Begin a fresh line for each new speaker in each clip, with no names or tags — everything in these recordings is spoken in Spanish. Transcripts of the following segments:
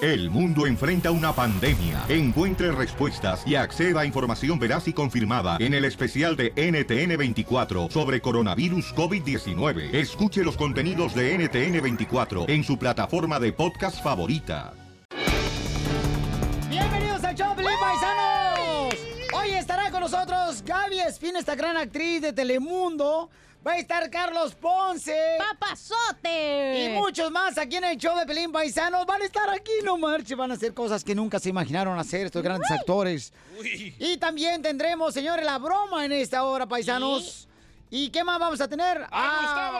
El mundo enfrenta una pandemia. Encuentre respuestas y acceda a información veraz y confirmada en el especial de NTN24 sobre coronavirus COVID-19. Escuche los contenidos de NTN24 en su plataforma de podcast favorita.
Bienvenidos al show, Pelín Paisanos. Hoy estará con nosotros Gaby Espina, esta gran actriz de Telemundo. Va a estar Carlos Ponce.
¡Papazote!
Y muchos más aquí en el show de Pelín Paisanos. Van a estar aquí, no marche. Van a hacer cosas que nunca se imaginaron hacer estos grandes
Uy.
actores. Y también tendremos, señores, la broma en esta hora, paisanos. ¿Y qué más vamos a tener?
Gustavo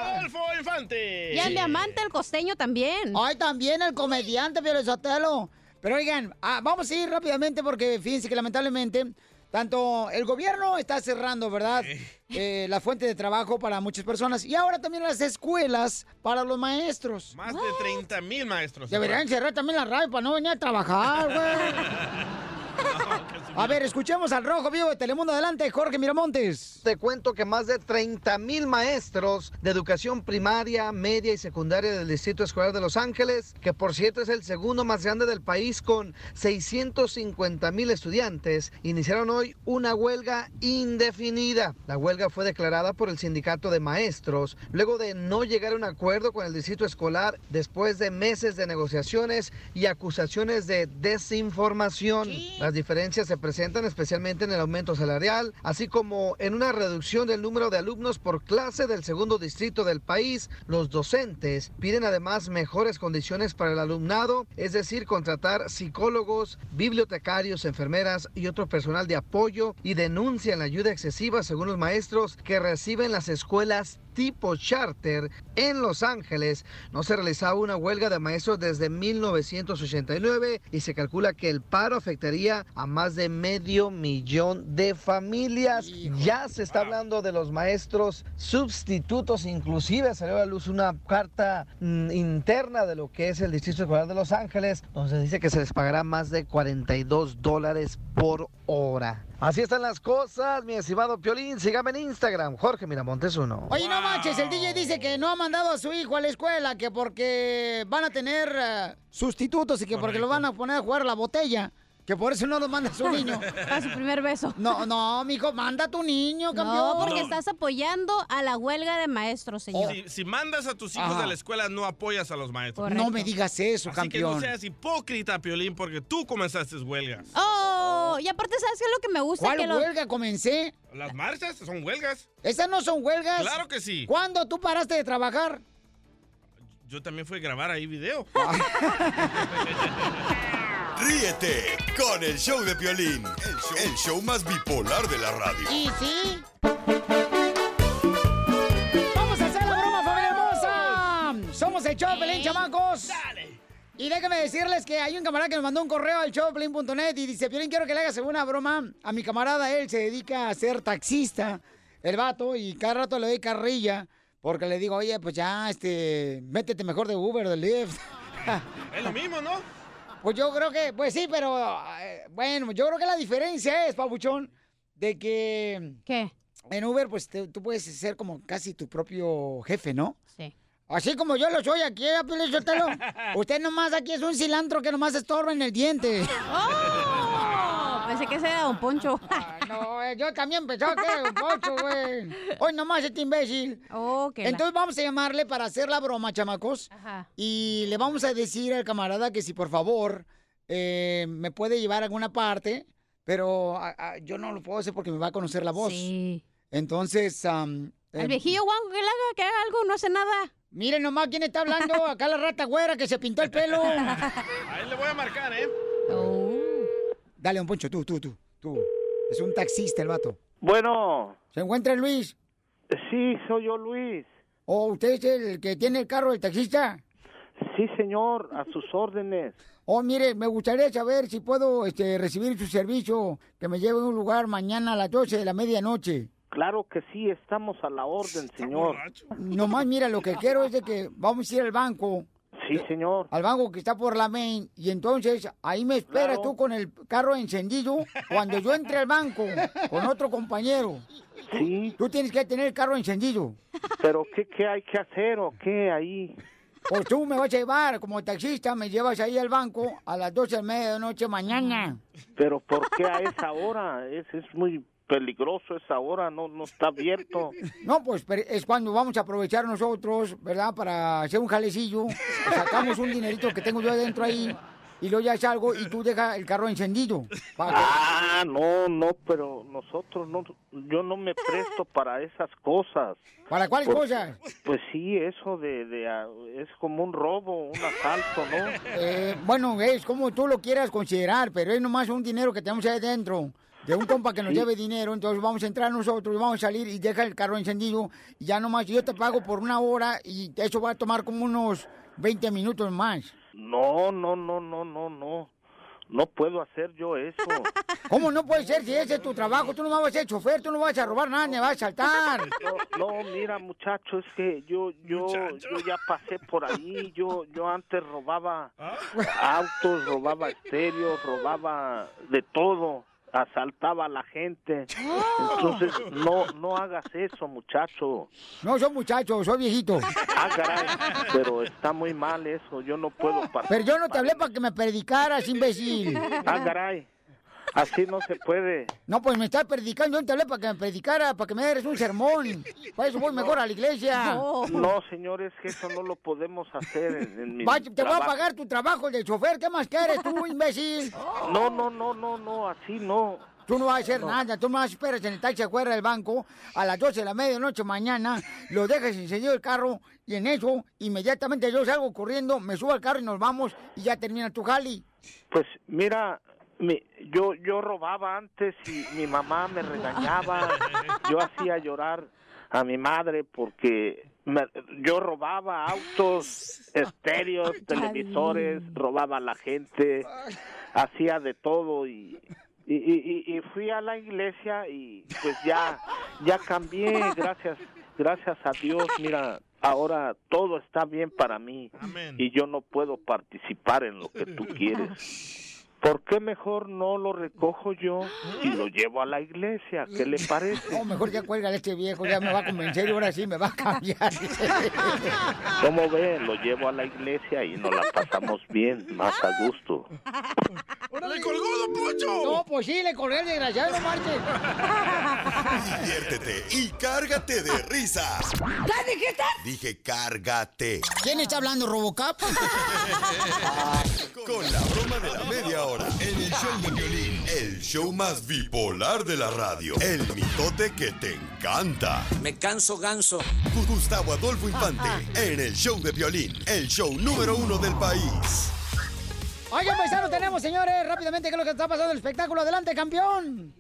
Ah,
Adolfo Infante.
Y al diamante, el costeño también.
Ay, también el comediante Pio Sotelo. Pero oigan, ah, vamos a ir rápidamente porque fíjense que lamentablemente tanto el gobierno está cerrando, ¿verdad? Eh, la fuente de trabajo para muchas personas y ahora también las escuelas para los maestros.
Más de 30 mil maestros.
Deberían cerrar también la radio para no venir a trabajar, güey. A ver, escuchemos al Rojo Vivo de Telemundo. Adelante, Jorge Miramontes.
Te cuento que más de 30 mil maestros de educación primaria, media y secundaria del Distrito Escolar de Los Ángeles, que por cierto es el segundo más grande del país con 650 mil estudiantes, iniciaron hoy una huelga indefinida. La huelga fue declarada por el sindicato de maestros luego de no llegar a un acuerdo con el Distrito Escolar después de meses de negociaciones y acusaciones de desinformación. Las diferencias se presentan especialmente en el aumento salarial, así como en una reducción del número de alumnos por clase del segundo distrito del país. Los docentes piden además mejores condiciones para el alumnado, es decir, contratar psicólogos, bibliotecarios, enfermeras y otro personal de apoyo y denuncian la ayuda excesiva según los maestros que reciben las escuelas tipo charter en Los Ángeles. No se realizaba una huelga de maestros desde 1989 y se calcula que el paro afectaría a más de medio millón de familias. Ya se está hablando de los maestros sustitutos, inclusive salió a la luz una carta mm, interna de lo que es el Distrito Escolar de Los Ángeles, donde se dice que se les pagará más de 42 dólares por hora. Así están las cosas, mi estimado Piolín. Sígame en Instagram, Jorge Miramontes uno.
Oye, no manches, el DJ dice que no ha mandado a su hijo a la escuela, que porque van a tener eh, sustitutos y que porque lo van a poner a jugar a la botella, que por eso no lo manda a su niño.
A su primer beso.
No, no, mijo, manda a tu niño,
No,
campeón.
porque estás apoyando a la huelga de maestros, señor.
Si, si mandas a tus hijos
Ajá.
a la escuela, no apoyas a los maestros.
No me digas eso,
Así que no
campeón.
seas hipócrita, Piolín, porque tú comenzaste huelgas.
Oh, y aparte, ¿sabes qué es lo que me gusta?
¿Cuál
Que lo-
huelga comencé?
Las marchas son huelgas.
¿Esas no son huelgas?
Claro que sí.
¿Cuándo tú paraste de trabajar?
Yo también fui a grabar ahí video.
Ríete con el show de Piolín, el show, el show más bipolar de la radio.
¿Y sí? ¡Vamos a hacer la broma, familia hermosa! Somos el Choplin, chamacos. Y déjenme decirles que hay un camarada que nos mandó un correo al showplane.net y dice, Piolín, quiero que le hagas una broma a mi camarada. Él se dedica a ser taxista, el vato, y cada rato le doy carrilla porque le digo, oye, pues ya, este, métete mejor de Uber, de Lyft.
Es lo mismo, ¿no?
Pues yo creo que, pues sí, pero eh, bueno, yo creo que la diferencia es, Pabuchón, de que
¿Qué?
en Uber, pues te- tú puedes ser como casi tu propio jefe, ¿no?
Sí.
Así como yo lo soy aquí, eh, Piolín Sotelo. Usted nomás aquí es un cilantro que nomás estorba en el diente.
¡Oh! Pensé que ese era Don Poncho.
No, eh, yo también pensaba que era un pocho, güey. Hoy nomás este imbécil.
Oh, qué la-
Entonces vamos a llamarle para hacer la broma, chamacos.
Ajá.
Y le vamos a decir al camarada que si por favor eh, me puede llevar a alguna parte, pero a- a- yo no lo puedo hacer porque me va a conocer la voz.
Sí.
Entonces, am,
Al
eh,
viejillo Juan, que le haga, que haga algo, no hace nada.
miren nomás quién está hablando. Acá la rata güera que se pintó el pelo.
Ahí le voy a marcar, ¿eh?
Oh. Dale, un poncho, tú, tú, tú, tú. Es un taxista el vato.
Bueno,
¿Se encuentra Luis?
sí, soy yo Luis.
¿O usted es el que tiene el carro del taxista?
Sí, señor, a sus órdenes.
Oh, mire, me gustaría saber si puedo este, recibir su servicio, que me lleve a un lugar mañana a las 12 de la medianoche.
Claro que sí, estamos a la orden, señor.
Borracho.
Nomás, mira, lo que quiero es de que vamos a ir al banco,
Sí, señor.
al banco que está por la main, y entonces ahí me esperas
Claro.
tú con el carro encendido cuando yo entre al banco con otro compañero.
Sí,
Tú tienes que tener el carro encendido.
pero ¿qué, qué hay que hacer o qué ahí?
Pues tú me vas a llevar como taxista, me llevas ahí al banco a las 12 del medianoche mañana.
Pero ¿por qué a esa hora? Es, es muy peligroso esa hora, no, no está abierto.
No, pues pero es cuando vamos a aprovechar nosotros, ¿verdad? Para hacer un jalecillo. Sacamos un dinerito que tengo yo adentro ahí. Y luego ya salgo y tú dejas el carro encendido. Pa-
Ah, no, no, pero nosotros no, yo no me presto para esas cosas.
¿Para cuáles
Por-
cosas?
Pues sí, eso de, de ah, es como un robo, un asalto, ¿no?
Eh, bueno, es como tú lo quieras considerar, pero es nomás un dinero que tenemos ahí adentro. De un compa que nos
Sí.
lleve dinero, entonces vamos a entrar nosotros, y vamos a salir y deja el carro encendido. Y ya nomás yo te pago por una hora y eso va a tomar como unos 20 minutos más.
No, no, no, no, no, no. No puedo hacer yo eso.
¿Cómo no puede ser si ese es tu trabajo? Tú no vas a ser chofer, tú no vas a robar nada, ni vas a saltar.
No, no, mira, muchacho, es que yo yo yo ya pasé por ahí. Yo yo antes robaba autos, robaba estéreos, robaba de todo, asaltaba a la gente. Entonces, no no hagas eso, muchacho.
No soy muchacho, soy viejito.
Ah, caray, pero está muy mal eso. Yo no puedo pasar.
Pero yo no te hablé para que me predicaras, imbécil.
Ah, caray. Así no se puede.
No, pues me estás predicando, yo no te hablé para que me predicara, para que me des un sermón. Para eso voy mejor a la iglesia.
No, señores, que eso no lo podemos hacer en, en mi
Va, te voy a
trabajo.
pagar tu trabajo de chofer, ¿qué más quieres tú, imbécil?
No, no, no, no, no, así no.
Tú no vas a hacer nada, tú no vas a esperar en el taxi afuera del banco a las 12 de la medianoche mañana, lo dejas encendido el carro y en eso inmediatamente yo salgo corriendo, me subo al carro y nos vamos y ya termina tu jali.
Pues mira, mi- yo yo robaba antes y mi mamá me regañaba. Yo hacía llorar a mi madre porque me- yo robaba autos, estéreos, televisores, robaba a la gente, hacía de todo y y, y- y- y fui a la iglesia y pues ya ya cambié gracias gracias a Dios mira ahora todo está bien para mí
Amén.
y yo no puedo participar en lo que tú quieres ¿Por qué mejor no lo recojo yo y lo llevo a la iglesia? ¿Qué le parece?
No, mejor ya cuelga de este viejo, ya me va a convencer y ahora sí me va a cambiar.
¿Cómo ve? Lo llevo a la iglesia y nos la pasamos bien, más a gusto.
¡Le colgó, don
No,
Poncho!
pues sí, le corré el desgraciado, no marches.
Diviértete y cárgate de risas. Dije cárgate.
¿Quién está hablando, Robocap?
Con la broma de la media hora en el show de violín. El show más bipolar de la radio. El mitote que te encanta.
Me canso ganso.
Gu- Gustavo Adolfo Infante en el show de violín. El show número uno del país.
Oigan, paisano, tenemos, señores, rápidamente, ¿qué es lo que está pasando en el espectáculo? ¡Adelante, campeón!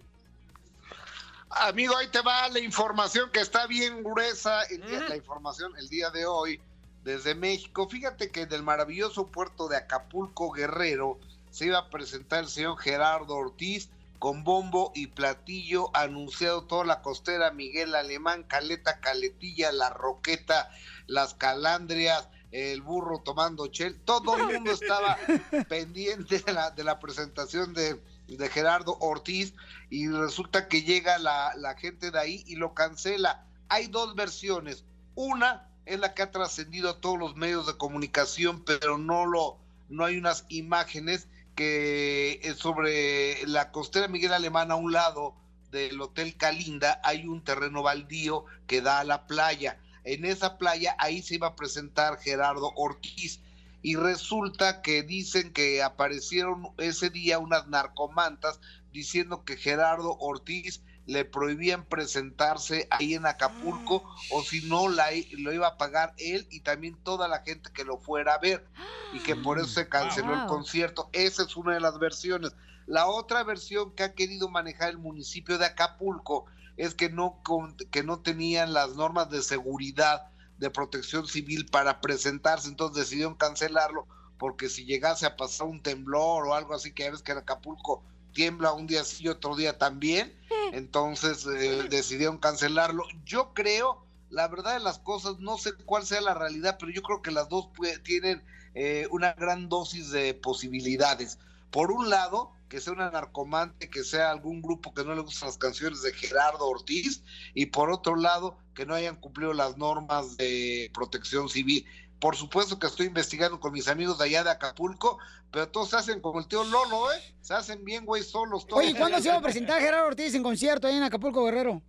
Amigo, ahí te va la información que está bien gruesa, el día- la información el día de hoy desde México. Fíjate que del maravilloso puerto de Acapulco Guerrero se iba a presentar el señor Gerardo Ortiz con bombo y platillo anunciado toda la costera, Miguel Alemán, Caleta, Caletilla, La Roqueta, Las Calandrias, el burro tomando chel, todo el mundo estaba pendiente de la, de la presentación de, de Gerardo Ortiz y resulta que llega la, la gente de ahí y lo cancela. Hay dos versiones. Una es la que ha trascendido a todos los medios de comunicación, pero no lo, no hay unas imágenes que eh, sobre la costera Miguel Alemán a un lado del Hotel Calinda hay un terreno baldío que da a la playa. En esa playa ahí se iba a presentar Gerardo Ortiz y resulta que dicen que aparecieron ese día unas narcomantas diciendo que Gerardo Ortiz le prohibían presentarse ahí en Acapulco o si no la, i- lo iba a pagar él y también toda la gente que lo fuera a ver y que por eso se canceló el
Wow.
concierto. Esa es una de las versiones. La otra versión que ha querido manejar el municipio de Acapulco es que no, con- que no tenían las normas de seguridad de protección civil para presentarse, entonces decidieron cancelarlo porque si llegase a pasar un temblor o algo así, que ya ves que en Acapulco tiembla un día sí y otro día también, entonces eh, decidieron cancelarlo. Yo creo, la verdad de las cosas, no sé cuál sea la realidad, pero yo creo que las dos pue- tienen eh, una gran dosis de posibilidades. Por un lado, que sea una narcomante, que sea algún grupo que no le gustan las canciones de Gerardo Ortiz, y por otro lado, que no hayan cumplido las normas de protección civil. Por supuesto que estoy investigando con mis amigos de allá de Acapulco, pero todos se hacen como el tío Lolo, ¿eh? Se hacen bien, güey, solos todos.
Oye, ¿cuándo se va a presentar Gerardo Ortiz en concierto ahí en Acapulco, Guerrero?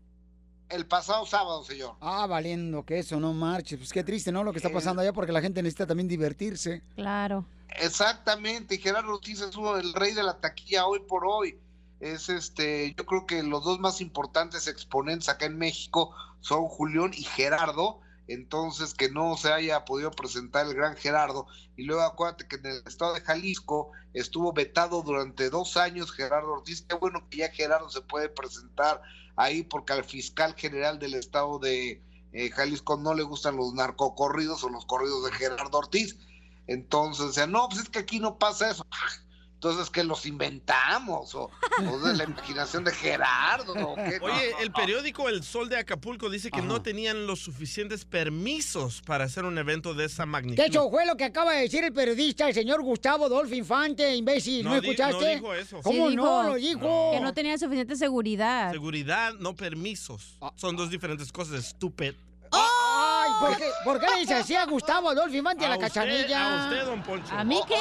El pasado sábado, señor.
Ah, valiendo que eso, no marches. Pues qué triste, ¿no? Lo que está pasando allá porque la gente necesita también divertirse.
Claro.
Exactamente, y Gerardo Ortiz es uno- el rey de la taquilla hoy por hoy. Es este, yo creo que los dos más importantes exponentes acá en México son Julián y Gerardo. Entonces, que no se haya podido presentar el gran Gerardo. Y luego acuérdate que en el estado de Jalisco estuvo vetado durante dos años Gerardo Ortiz. Qué bueno que ya Gerardo se puede presentar ahí porque al fiscal general del estado de eh, Jalisco no le gustan los narcocorridos o los corridos de Gerardo Ortiz. Entonces, decían, no, pues es que aquí no pasa eso. Entonces, que los inventamos, o, o de la imaginación de Gerardo. ¿o qué? No,
Oye,
no,
el
no.
periódico El Sol de Acapulco dice que no tenían los suficientes permisos para hacer un evento de esa magnitud.
De hecho, fue lo que acaba de decir el periodista, el señor Gustavo Dolph Infante, imbécil. ¿No,
No di-
escuchaste?
no dijo eso.
¿Cómo
Sí dijo.
no? Lo dijo.
Que no tenía suficiente seguridad.
Seguridad, no permisos. Son dos diferentes cosas, estúpido.
Ah, Ay, ¿por qué, por qué le dice así a Gustavo Adolfo Infante a, la
usted,
cachanilla?
A usted, don Poncho.
¿A mí qué?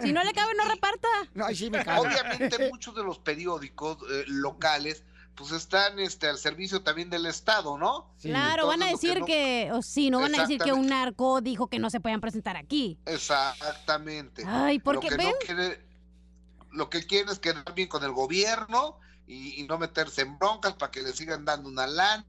Si no le cabe, no reparta.
No, ay, sí me cago.
Obviamente, muchos de los periódicos eh, locales, pues están este, al servicio también del Estado, ¿no?
claro, van a
Entonces, lo
decir
no-
que... o sí, no van a decir que un
Exactamente.
narco dijo que no se podían presentar aquí.
Exactamente.
Ay,
lo
porque
que
ven...
no quiere- lo que quieren es quedar bien con el gobierno y, y no meterse en broncas para que le sigan dando una lana.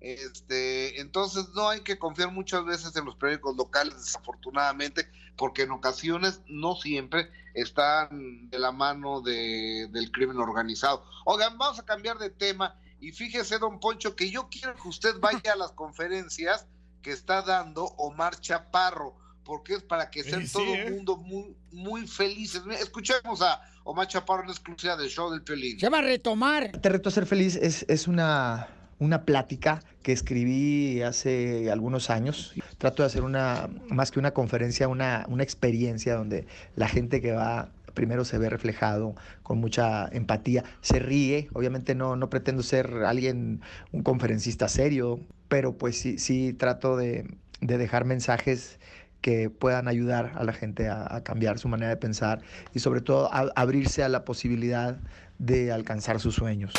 Este, entonces no hay que confiar muchas veces en los periódicos locales, desafortunadamente, porque en ocasiones, no siempre, están de la mano de- del crimen organizado. Oigan, vamos a cambiar de tema y fíjese, don Poncho, que yo quiero que usted vaya a las conferencias que está dando Omar Chaparro, porque es para que sean
Sí,
todo
¿eh?
el mundo muy, muy felices. Mira, Escuchemos a Omar Chaparro en exclusiva del show del Piolín.
Se llama retomar.
Te reto a ser feliz es, es una, una plática que escribí hace algunos años. Trato de hacer una, más que una conferencia, una, una experiencia donde la gente que va primero se ve reflejado con mucha empatía, se ríe. Obviamente no, no pretendo ser alguien, un conferencista serio, pero pues sí, sí trato de, de dejar mensajes que puedan ayudar a la gente a, a cambiar su manera de pensar y sobre todo a- abrirse a la posibilidad de alcanzar sus sueños.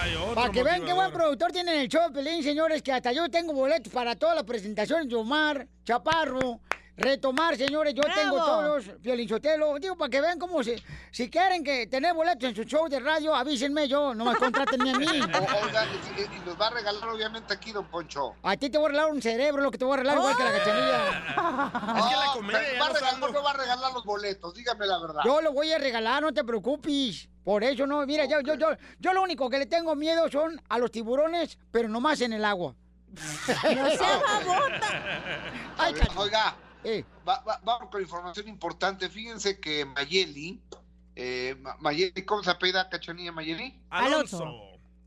Ay, otro
Para que vean qué buen
motivador.
productor tienen el show, Pelín, señores, que hasta yo tengo boletos para todas las presentaciones de Omar, Chaparro, Retomar, señores, yo
¡Bravo!
tengo todos, Piolín Sotelo. Digo, para que vean cómo se, si quieren que tener boletos en su show de radio, avísenme yo, no me contraten ni a mí.
O- oigan, y- y- y nos va a regalar obviamente aquí, don Poncho.
A ti te voy a regalar un cerebro, lo que te voy a regalar igual que la cachanilla.
¡Oh!
Es que la
No,
comedia
pero
ya
¿Va a
nos
regalar
ando-
o no va a regalar los boletos? Dígame la verdad.
Yo lo voy a regalar, no te preocupes. Por eso no, mira, yo, yo, yo, yo lo único que le tengo miedo son a los tiburones, pero nomás en el agua.
No sea babota.
Ay,
Oiga,
cacha-
Oiga,
eh,
va- va- vamos con información importante. Fíjense que Mayeli, eh, Ma- Mayeli, ¿cómo se apellida Cachanilla Mayeli?
Alonso.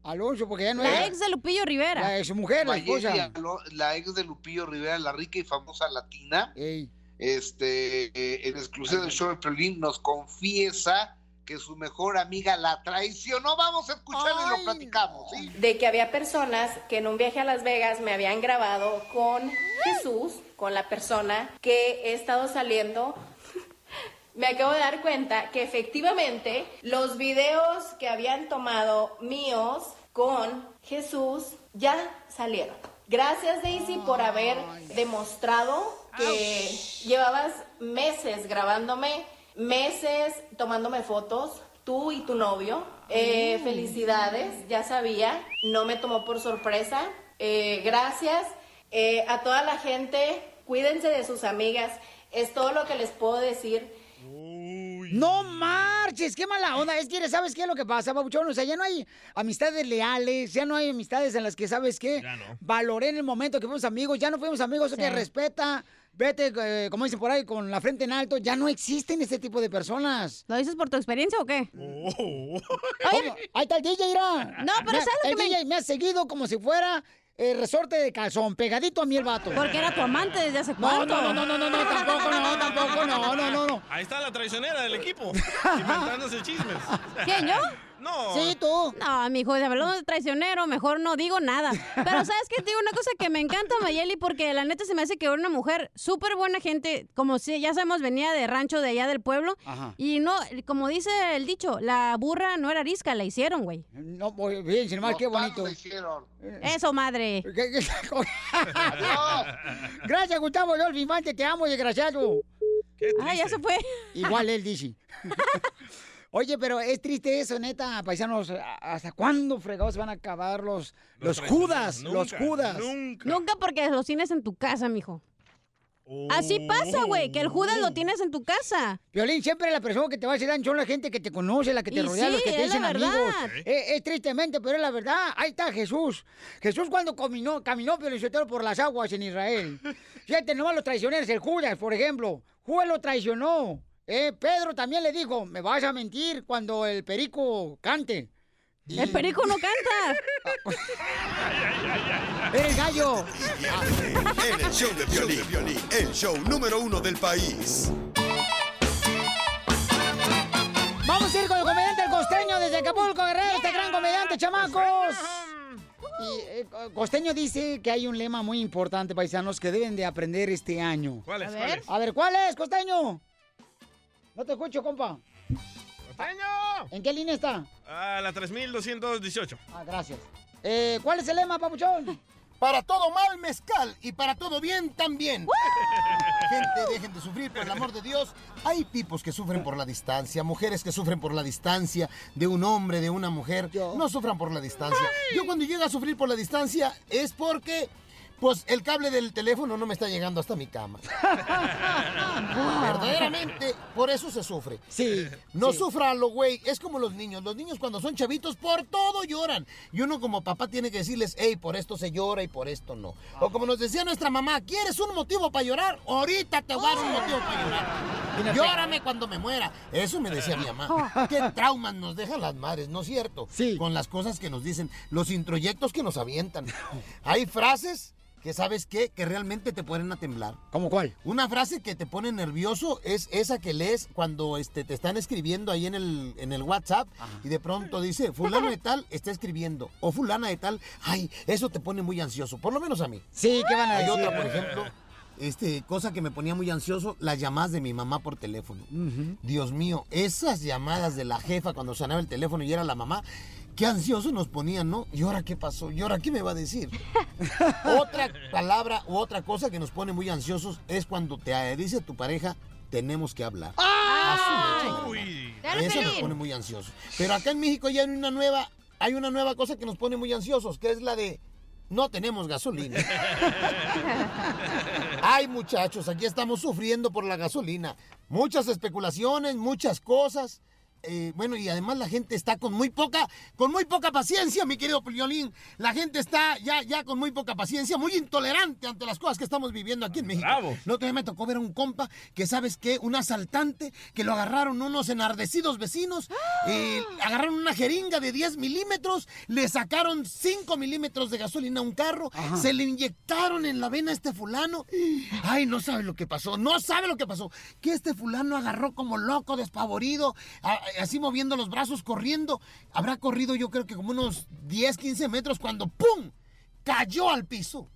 Alonso, porque ya no
La
es
ex de Lupillo
la
Rivera.
de su mujer, la
Mayeli
esposa.
Aló- la ex de Lupillo Rivera, la rica y famosa latina,
Ey.
este, eh, en exclusiva del show de Piolín, nos confiesa que su mejor amiga la traicionó. Vamos a escucharlo y
Ay.
lo platicamos, ¿sí?
de que había personas que en un viaje a Las Vegas me habían grabado con Jesús, con la persona que he estado saliendo. Me acabo de dar cuenta que efectivamente los videos que habían tomado míos con Jesús ya salieron. Gracias Daisy por haber demostrado que llevabas meses grabándome, meses tomándome fotos, tú y tu novio. Eh, felicidades, ya sabía, no me tomó por sorpresa. Eh, gracias Eh, a toda la gente, cuídense de sus amigas, es todo lo que les puedo decir.
No marches, qué mala onda. Es que, ¿sabes qué es lo que pasa, Pabuchón? O sea, ya no hay amistades leales, ya no hay amistades en las que, ¿sabes qué?
Ya no.
Valoré en el momento que fuimos amigos, ya no fuimos amigos, que respeta, vete, eh, como dicen por ahí, con la frente en alto. Ya no existen este tipo de personas.
¿Lo dices por tu experiencia o qué?
Oh.
¿Cómo? Ahí está el DJ, irá.
No, pero
Me-
¿sabes lo
El
que me-
DJ me ha seguido como si fuera eh, resorte de calzón, pegadito a mí el vato.
Porque era tu amante desde hace
No, no,
cuánto.
no, no, no, no, no, tampoco, no, tampoco, no, no, no, no.
Ahí está la traicionera del equipo. Inventándose chismes.
¿Quién, yo?
No.
Sí, tú.
No, mi hijo, de habló de traicionero, mejor no digo nada. Pero ¿sabes qué? Te digo una cosa que me encanta, Mayeli, porque la neta se me hace que era una mujer súper buena gente, como si ya sabemos, venía de rancho de allá del pueblo.
Ajá.
Y no, como dice el dicho, la burra no era arisca, la hicieron, güey.
No, voy bien, sin mal, qué bonito.
Eso, madre.
Gracias, Gustavo Adolfo Infante, te amo, desgraciado.
Ah, ya se fue.
Igual él dice. Oye, pero es triste eso, neta, paisanos. ¿Hasta cuándo fregados se van a acabar los, los, Judas? los Judas.
Nunca. porque los tienes en tu casa, mijo. Así pasa, güey, que el Judas
Oh.
lo tienes en tu casa.
Violín, siempre la persona que te va a hacer daño son la gente que te conoce, la que te
Y
rodea, los
sí,
que te
es la
dicen
verdad.
amigos. Eh, Es, es tristemente, pero es la verdad. Ahí está Jesús. Jesús cuando caminó, caminó Piolín Sotelo, por las aguas en Israel. Fíjate, nomás los traicioneros, el Judas, por ejemplo. Judas lo traicionó. Eh, Pedro también le dijo, me vas a mentir cuando el perico cante.
El perico no canta.
¡El gallo!
En el show de Piolín, el show número uno del país.
Vamos a ir con el comediante El Costeño desde Acapulco, Guerrero, este gran comediante, chamacos. Y eh, Costeño dice que hay un lema muy importante, paisanos, que deben de aprender este año.
¿Cuál es?
A
¿Cuál
ver,
es?
a ver, ¿cuál es, Costeño? No te escucho, compa. ¡Costeño! ¿En qué línea está?
Ah, la 3218.
Ah, gracias. Eh, ¿Cuál es el lema, papuchón?
Para todo mal, mezcal. Y para todo bien, también. Gente, dejen de sufrir, por el amor de Dios. Hay tipos que sufren por la distancia, mujeres que sufren por la distancia de un hombre, de una mujer. No sufran por la distancia. Yo cuando llego a sufrir por la distancia es porque... Pues el cable del teléfono no me está llegando hasta mi cama. Ah, Verdaderamente, por eso se sufre.
Sí.
No sufra lo güey. Es como los niños. Los niños cuando son chavitos por todo lloran. Y uno como papá tiene que decirles, hey, por esto se llora y por esto no. O como nos decía nuestra mamá, ¿quieres un motivo para llorar? Ahorita te voy a dar un motivo para llorar. Llórame cuando me muera. Eso me decía mi mamá. Qué traumas nos dejan las madres, ¿no es cierto? Sí. Con las cosas que nos dicen, los introyectos que nos avientan. Hay frases que sabes qué, que realmente te ponen a temblar.
¿Cómo cuál?
Una frase que te pone nervioso es esa que lees cuando este, te están escribiendo ahí en el, en el WhatsApp y de pronto dice, fulano de tal está escribiendo o fulana de tal, ay, eso te pone muy ansioso, por lo menos a mí.
Sí, ¿qué van a
Hay
decir?
otra, por ejemplo, este, cosa que me ponía muy ansioso, las llamadas de mi mamá por teléfono. Dios mío, esas llamadas de la jefa cuando sonaba el teléfono y era la mamá, qué ansioso nos ponían, ¿no? ¿Y ahora qué pasó? ¿Y ahora qué me va a decir? otra palabra u otra cosa que nos pone muy ansiosos es cuando te eh, dice tu pareja, tenemos que hablar.
¡Ah!
Dale,
Eso nos
Pelín.
pone muy ansiosos. Pero acá en México ya hay una nueva, hay una nueva cosa que nos pone muy ansiosos, que es la de no tenemos gasolina. Ay, muchachos, aquí estamos sufriendo por la gasolina. Muchas especulaciones, muchas cosas. Eh, bueno, y además la gente está con muy poca, con muy poca paciencia, mi querido Piolín. La gente está ya, ya con muy poca paciencia, muy intolerante ante las cosas que estamos viviendo aquí en México. El otro día me tocó ver a un compa que, ¿sabes qué? Un asaltante que lo agarraron unos enardecidos vecinos, eh, agarraron una jeringa de 10 milímetros, le sacaron 5 milímetros de gasolina a un carro,
Ajá.
se le inyectaron en la vena a este fulano. Ay, no sabe lo que pasó, no sabe lo que pasó. Que este fulano agarró como loco, despavorido, a- así moviendo los brazos, corriendo. Habrá corrido yo creo que como unos 10, 15 metros cuando ¡pum! cayó al piso.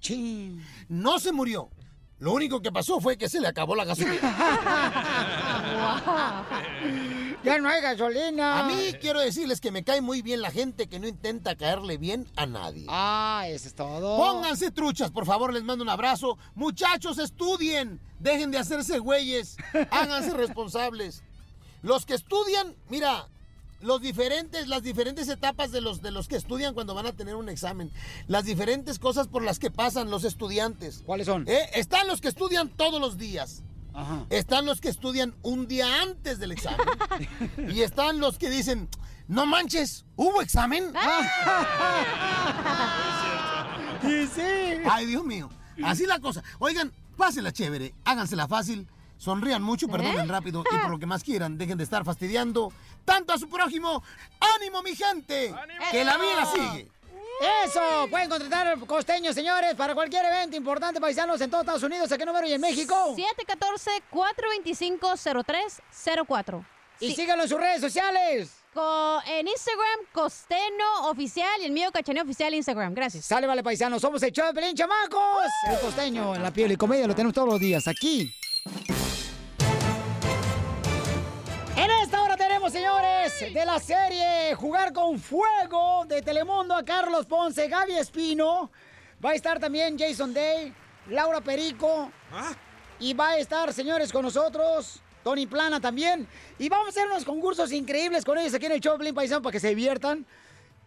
No se murió. Lo único que pasó fue que se le acabó la gasolina.
ya no hay gasolina.
A mí quiero decirles que me cae muy bien la gente que no intenta caerle bien a nadie.
Ah, eso es todo.
Pónganse truchas, por favor, les mando un abrazo. Muchachos, estudien. Dejen de hacerse güeyes. Háganse responsables. Los que estudian, mira, los diferentes, las diferentes etapas de los, de los que estudian cuando van a tener un examen, las diferentes cosas por las que pasan los estudiantes. Eh,
¿Cuáles son?
Están los que estudian todos los días. Están los que estudian un día antes del examen. y están los que dicen, no manches, ¿hubo examen?
Ah. Sí, sí.
Ay, Dios mío. Así la cosa. Oigan, pásenla chévere, hágansela fácil, sonrían mucho, perdonen rápido y por lo que más quieran, dejen de estar fastidiando tanto a su prójimo. ¡Ánimo, mi gente! ¡Que la vida sigue!
Eso, pueden contratar costeños, señores, para cualquier evento importante, paisanos, en todos Estados Unidos. ¿A qué número y en México?
714-425-0304.
Y síganlo en sus redes sociales.
en Instagram, Costeño Oficial y el mío, Cachaneo Oficial, Instagram. Gracias.
Sale, vale, paisano. Somos el show de Pelín, chamacos. El costeño en la piel y comedia lo tenemos todos los días aquí. En esta hora tenemos, señores, de la serie Jugar con Fuego de Telemundo a Carlos Ponce, Gaby Espino. Va a estar también Jason Day, Laura Perico.
Ah.
Y va a estar, señores, con nosotros Tony Plana también. Y vamos a hacer unos concursos increíbles con ellos aquí en el Choplin Paisano para que se diviertan.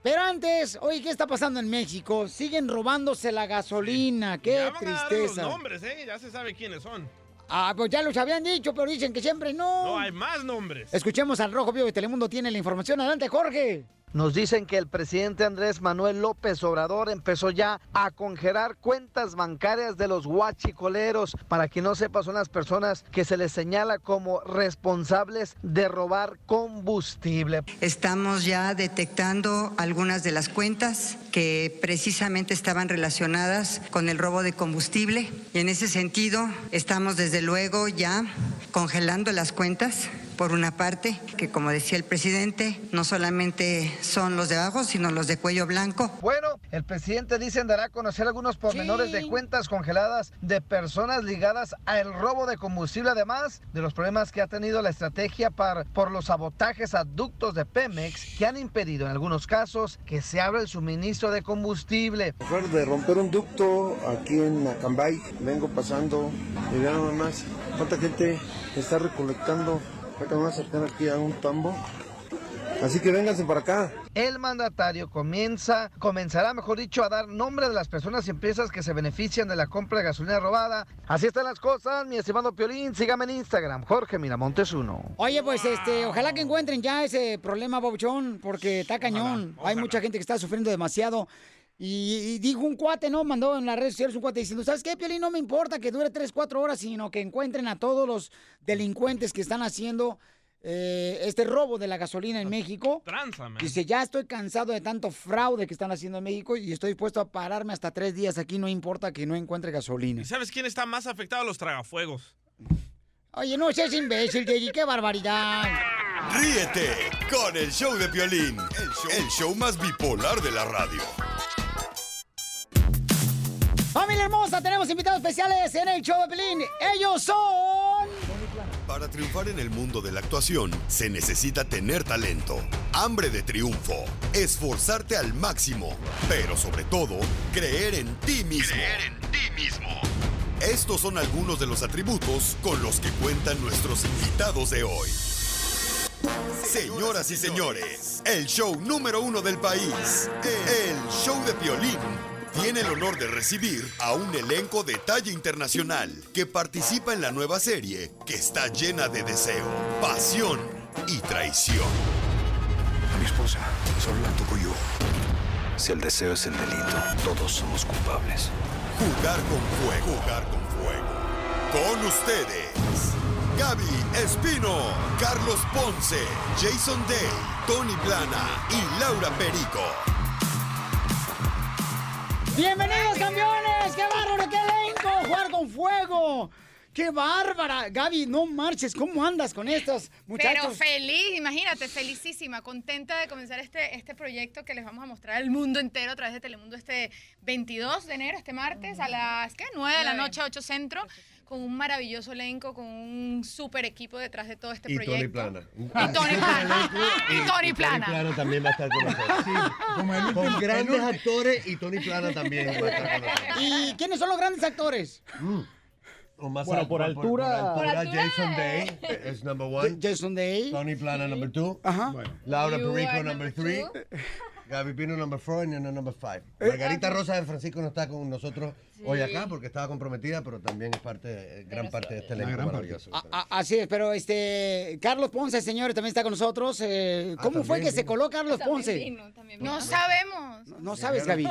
Pero antes, oye, ¿qué está pasando en México? Siguen robándose la gasolina. Qué
Van a dar los
tristeza.
nombres, ¿eh? Ya se sabe quiénes son.
Ah, pues ya los habían dicho, pero dicen que siempre no.
No hay más nombres.
Escuchemos al Rojo Vivo de Telemundo, tiene la información. Adelante, Jorge.
Nos dicen que el presidente Andrés Manuel López Obrador empezó ya a congelar cuentas bancarias de los huachicoleros. Para quien no sepa, son las personas que se les señala como responsables de robar combustible.
Estamos ya detectando algunas de las cuentas que precisamente estaban relacionadas con el robo de combustible y en ese sentido estamos desde luego ya congelando las cuentas. Por una parte, que como decía el presidente, no solamente son los de abajo, sino los de cuello blanco.
Bueno, el presidente dicen dará a conocer algunos pormenores de cuentas congeladas de personas ligadas al robo de combustible, además de los problemas que ha tenido la estrategia par- por los sabotajes a ductos de Pemex que han impedido en algunos casos que se abra el suministro de combustible.
Acabo de romper un ducto aquí en Acambay. Vengo pasando y vean nada más cuánta gente está recolectando. Acá me voy a acercar aquí a un tambo. Así que vénganse para acá.
El mandatario comienza, comenzará, mejor dicho, a dar nombre de las personas y empresas que se benefician de la compra de gasolina robada. Así están las cosas, mi estimado Piolín. Sígame en Instagram, Jorge Miramontes 1.
Oye, pues este, ojalá que encuentren ya ese problema, Bobuchón, porque está cañón. Hay mucha gente que está sufriendo demasiado. Y, y dijo un cuate, ¿no? Mandó en las redes sociales un cuate diciendo, ¿sabes qué, Piolín? No me importa que dure 3, 4 horas, sino que encuentren a todos los delincuentes que están haciendo eh, este robo de la gasolina en México.
Tránzame.
Dice, ya estoy cansado de tanto fraude que están haciendo en México y estoy dispuesto a pararme hasta tres días aquí, no importa que no encuentre gasolina.
¿Y sabes quién está más afectado a los tragafuegos?
Oye, no seas imbécil, DJ, qué barbaridad.
Ríete con el show de Piolín, el show, el show más bipolar de la radio.
Familia hermosa, tenemos invitados especiales en el show de Pelín. Ellos son...
Para triunfar en el mundo de la actuación, se necesita tener talento, hambre de triunfo, esforzarte al máximo, pero sobre todo, creer en ti mismo.
ti mismo.
Estos son algunos de los atributos con los que cuentan nuestros invitados de hoy. Señoras y señores, el show número uno del país, el show de violín, tiene el honor de recibir a un elenco de talla internacional que participa en la nueva serie que está llena de deseo, pasión y traición.
A mi esposa solo la toco yo. Si el deseo es el delito, todos somos culpables.
Jugar con fuego. Jugar con fuego. Con ustedes, Gaby Espino, Carlos Ponce, Jason Day, Tony Plana y Laura Perico.
¡Bienvenidos, campeones! ¡Qué bárbaro, qué elenco! ¡Jugar con fuego! ¡Qué bárbara! Gaby, no marches. ¿Cómo andas con estos
Pero
muchachos?
feliz, imagínate, felicísima, contenta de comenzar este, este proyecto que les vamos a mostrar al mundo entero a través de Telemundo este 22 de enero, este martes, a las ¿qué? 9 de la
Nueve.
noche, 8 centro, con un maravilloso elenco, con un super equipo detrás de todo este
Y Tony
proyecto.
Plana.
Y Tony Plana. Y Tony Plana.
también va a estar con nosotros. con
último-
grandes
el último.
actores y Tony Plana también va a estar con nosotros.
¿Y quiénes son los grandes actores?
O más
Mm. Bueno,
al-
por altura-
por
Por
altura,
altura,
Jason Day
eh.
es number one.
Jason Day.
Tony Plana number two. Bueno. Laura
You
Perico
are
number
number
three.
two.
Gaby Pino number four y Nena number five.
Eh,
Margarita Rosa de Francisco no está con nosotros hoy acá porque estaba comprometida, pero también es parte, eh, gran parte de este elenco maravilloso.
A- Ah, así es, pero este. Carlos Ponce, señores, también está con nosotros. Eh, ¿Cómo fue
Ah, también
que se
vino.
coló Carlos
También
Ponce?
vino, también vino. No sabemos.
Pues,
No sabes, Gaby.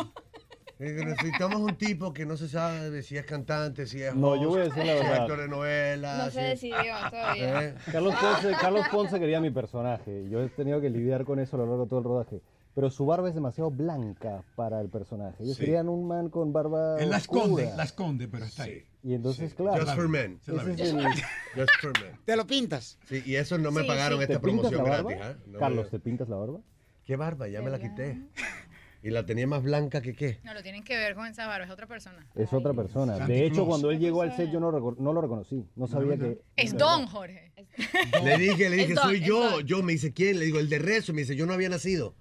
Eh, que Necesitamos un tipo que no se sabe si es cantante, si es
No,
host,
yo voy a decir
si
la
es
verdad.
actor de novela.
No se
si-
decidió
Ah,
todavía.
Eh.
Carlos Ponce, Carlos Ponce quería mi personaje. Yo he tenido que lidiar con eso a lo largo de todo el rodaje.
pero su barba es demasiado blanca para el personaje. Ellos
Sí.
querían un man con barba.
Él la esconde,
oscura.
la esconde, pero está ahí.
Y entonces,
Sí.
claro.
Just for men, se la
ese
vende.
es el-
Just for men.
Te lo pintas.
Sí, y eso no me
Sí,
pagaron
sí.
esta
¿Te pintas la
promoción
barba?
gratis. ¿ah? No me-
Carlos, ¿te pintas la barba?
Qué barba, ya me la quité. Y la tenía más blanca que qué.
No, lo tienen que ver con esa barba, es otra persona.
Es otra persona.
Santa
de hecho,
Claus.
cuando él llegó al set, yo no, reco- no lo reconocí. No sabía que.
Es Don Jorge.
Le dije, le
Es
dije,
Doc,
soy
es
yo.
Doc.
Yo me dice, ¿quién? Le digo, el de rezo. Me dice, yo no había nacido.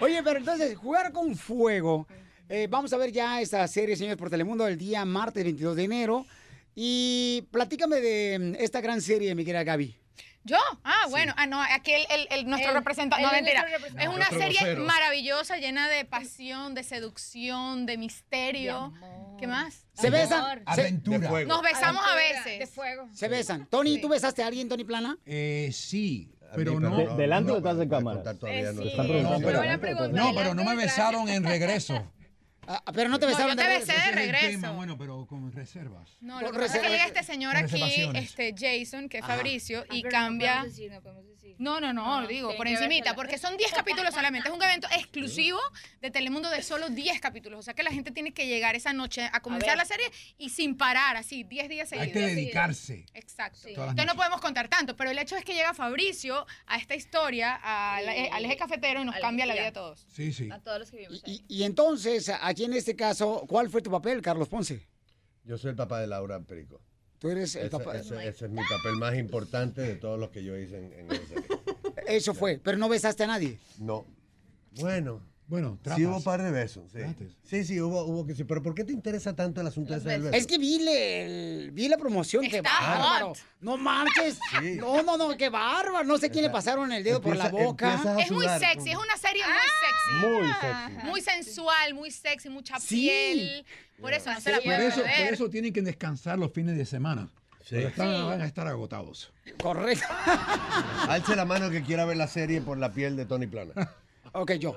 Oye, pero entonces, jugar con fuego. Eh, vamos a ver ya esta serie, señores, por Telemundo, el día martes 22 de enero. Y platícame de mm, esta gran serie, mi querida Gaby.
¿Yo? Ah, bueno. Ah, no, aquí el, el- el- nuestro
Él- él
representante. No,
es
mentira.
nuestro representante.
Es una
Nuestro
serie
vocero.
maravillosa, llena de pasión, de seducción, de misterio. ¿Qué más?
¿Se besan? Se-
Nos besamos a
Aventura,
veces. De fuego.
Se besan. Tony, ¿tú besaste a alguien, Tony Plana?
Eh, sí, pero
pero
no.
de- delante o
detrás de
cámara?
Todavía
no.
no.
sí. Están produciendo
Eh, pero,
delante o detrás de
no,
cámara.
pero no me besaron en regreso.
pero no te besaron
yo Ah, te de regreso. besé de
Ese es el
regreso.
tema, Bueno, pero con reservas.
No, lo que pasa es que llega este señor
Con
aquí,
reservaciones.
este Jason, que es
Ajá.
Fabricio,
Ah,
y cambia. No, no, no, digo, por encimita, porque son 10 capítulos solamente. Es un evento exclusivo de Telemundo de solo 10 capítulos. O sea que la gente tiene que llegar esa noche a comenzar
ver.
la serie y sin parar, así, 10 días seguidos.
Hay que dedicarse.
Exacto.
Todas las
Entonces no podemos contar tanto, pero el hecho es que llega Fabricio a esta historia, a la- eh, al eje cafetero, y nos
Al-
cambia la
ya.
vida a todos.
Sí, sí.
todos los que vivimos
Y, y entonces, aquí en este caso, ¿cuál fue tu papel, Carlos Ponce?
Yo soy el papá de Laura Perico.
Tú eres el
Ese-
papá.
Ese, ese es mi papel más importante de todos los que yo hice en, en ese.
Eso fue, pero no besaste a nadie.
No. Bueno.
Bueno,
Sí hubo un par de besos, sí. Sí, sí, hubo, hubo que sí. Pero ¿por qué te interesa tanto el asunto ese del beso?
Es que vi, le- el- vi la promoción, qué bárbaro.
hot.
No marches. No, no, no, qué bárbaro. No sé quién le pasaron el dedo por la
Empieza-
boca.
empiezas a
Es muy
sudar.
sexy, es una serie muy sexy.
Muy sexy.
Muy sensual, muy sexy, mucha
Sí.
piel. Por eso no se la
Por
pueden
eso, por
perder.
eso tienen que descansar los fines de semana. Porque están- van a estar agotados.
Correcto.
Alce la mano que quiera ver la serie por la piel de Tony Plana. Pues
ok, yo.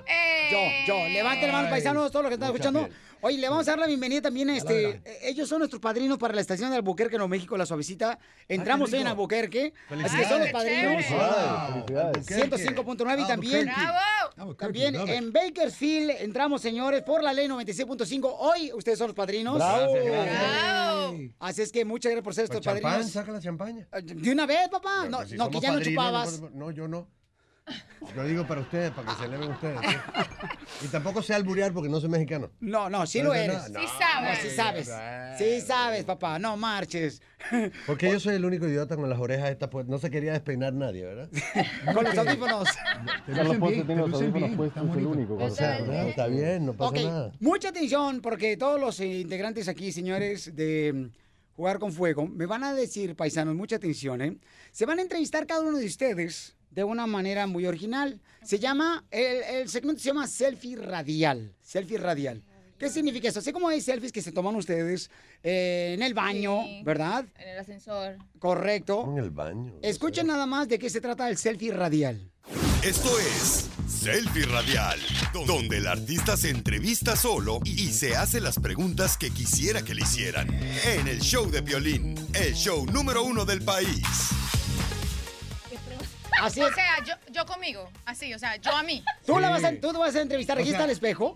Yo, yo, levanten la mano,
Eh. Ay,
paisanos, todos los que están
mucha
escuchando.
piel.
Oye, le vamos a dar la bienvenida también a este. eh, Ellos son nuestros padrinos para la estación de Albuquerque, Nuevo México, la suavecita. Entramos
Ah,
en
rico.
Albuquerque. Así que
Felicidades.
son los
Ay,
padrinos.
qué chévere. Felicidades.
105.9 y también.
Albuquerque.
También
Albuquerque.
en Bakersfield entramos, señores, por la ley 96.5. Hoy ustedes son los padrinos.
Bravo. Gracias, gracias.
Bravo. Así es que muchas gracias por ser estos
Con champán,
padrinos.
saca la champaña.
De una vez, papá. No,
Pues si
no, que
somos
ya no
padrinos,
chupabas.
no podemos- No, yo no. Yo digo para ustedes, para que celebren ustedes. ¿sí? Y tampoco sé alburear porque no soy mexicano.
No, no, sí lo eres.
No,
No, sí sabes. Sí sabes, papá. No marches.
Porque yo soy el único idiota con las orejas estas puestas. No se quería despeinar nadie, ¿verdad?
Con los audífonos.
Carlos Ponce tiene los audífonos puestos, es el único.
O sea, no, está bien, no pasa
Ok,
nada.
mucha atención porque todos los eh, integrantes aquí, señores, de mm, Jugar con Fuego, me van a decir, paisanos, mucha atención, ¿eh? Se van a entrevistar cada uno de ustedes de una manera muy original. Se llama, el, el segmento se llama Selfie Radial. Selfie Radial. ¿Qué significa eso? Sé cómo hay selfies que se toman ustedes eh, en el baño, ¿verdad?
En el ascensor.
Correcto.
En el baño.
Escuchen nada más de qué se trata el selfie radial.
Esto es Selfie Radial, donde el artista se entrevista solo y se hace las preguntas que quisiera que le hicieran. En el show de violín, el show número uno del país.
Así
O sea, yo, yo conmigo, así, o sea, yo a mí.
Tú, la vas a, tú te vas a entrevistar, aquí está el espejo.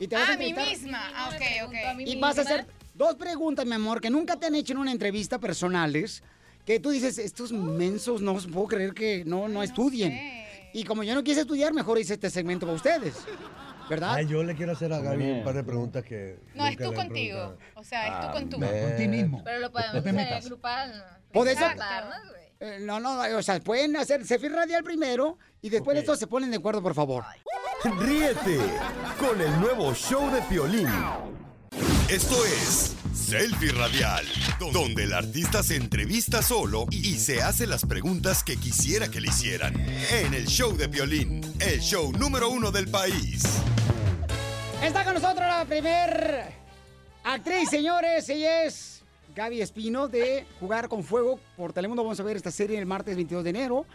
Y te vas a
a mí
entrevistar.
misma. Ah, ok, ok.
Y vas a hacer dos preguntas, mi amor, que nunca te han hecho en una entrevista personales, que tú dices, estos mensos no os puedo creer que no, no estudien. Y como yo no quise estudiar, mejor hice este segmento para ustedes. ¿Verdad?
Ay, yo le quiero hacer a Gaby un par de preguntas que.
No, es
nunca
tú
le han
contigo.
preguntado.
O sea, es tú con tú.
Amén.
Pero lo podemos
No te
hacer
metas.
grupal. ¿no?
Por eso-
Juntarnos, güey.
Eh, No, no, o sea, pueden hacer selfie radial primero y después de esto se ponen de acuerdo, por favor.
Ríete con el nuevo show de violín. Esto es Selfie Radial, donde el artista se entrevista solo y se hace las preguntas que quisiera que le hicieran. En el show de violín, el show número uno del país.
Está con nosotros la primer actriz, señores. Ella es Gaby Espino de Jugar con Fuego. Por Telemundo vamos a ver esta serie el martes 22 de enero.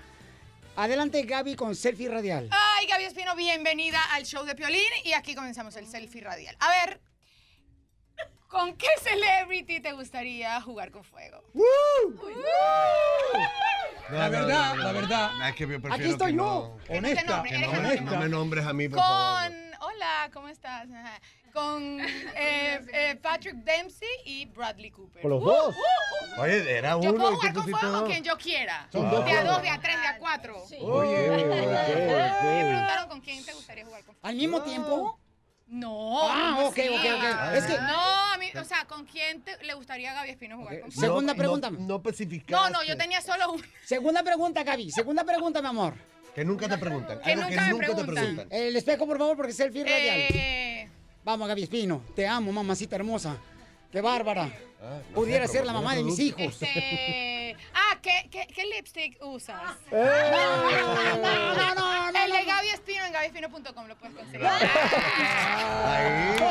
Adelante, Gaby, con selfie radial.
Ay, Gaby Espino, bienvenida al show de Piolín y aquí comenzamos el selfie radial. A ver, ¿con qué celebrity te gustaría jugar con fuego?
La verdad, la verdad.
Es que yo prefiero
Aquí estoy
que
yo,
no-
Que no te honesta,
nombre,
que no,
eres
me-
anónimo.
no me nombres a mí, por favor.
Con. Hola, ¿cómo estás? Ajá. Con eh, eh, Patrick Dempsey y Bradley Cooper.
Con los
Uh,
dos.
uh, uh.
Oye, era
Yo
uno
puedo
y
jugar
tú
con
pusiste
fuego con
dos.
quien yo quiera.
Son
de a
dos.
dos, de a tres, de a cuatro.
Oye, ok, ok.
Me preguntaron con quién te gustaría jugar con fuego.
¿Al mismo tiempo?
No.
Ah,
¿cómo
ok,
así?
ok, ok. Es que-
No, a mí, o sea, ¿con quién te- le gustaría a Gaby Espino jugar con fuego?
Segunda pregunta.
No, especificaste.
No, no, yo tenía solo uno.
Segunda pregunta, Gaby. Segunda pregunta, mi amor.
Que nunca te preguntan.
Que algo que nunca me nunca te preguntan. preguntan.
Sí. El espejo, por favor, porque es el fin
Eh.
radial. Vamos, Gaby Espino. Te amo, mamacita hermosa. Qué bárbara. Pudiera ser la mamá de mis hijos.
Ah, Este, ah, ¿qué, qué, qué lipstick usas?
¡Eh! No, no, no,
El de Gaby Espino en gabyespino.com lo puedes conseguir.
No,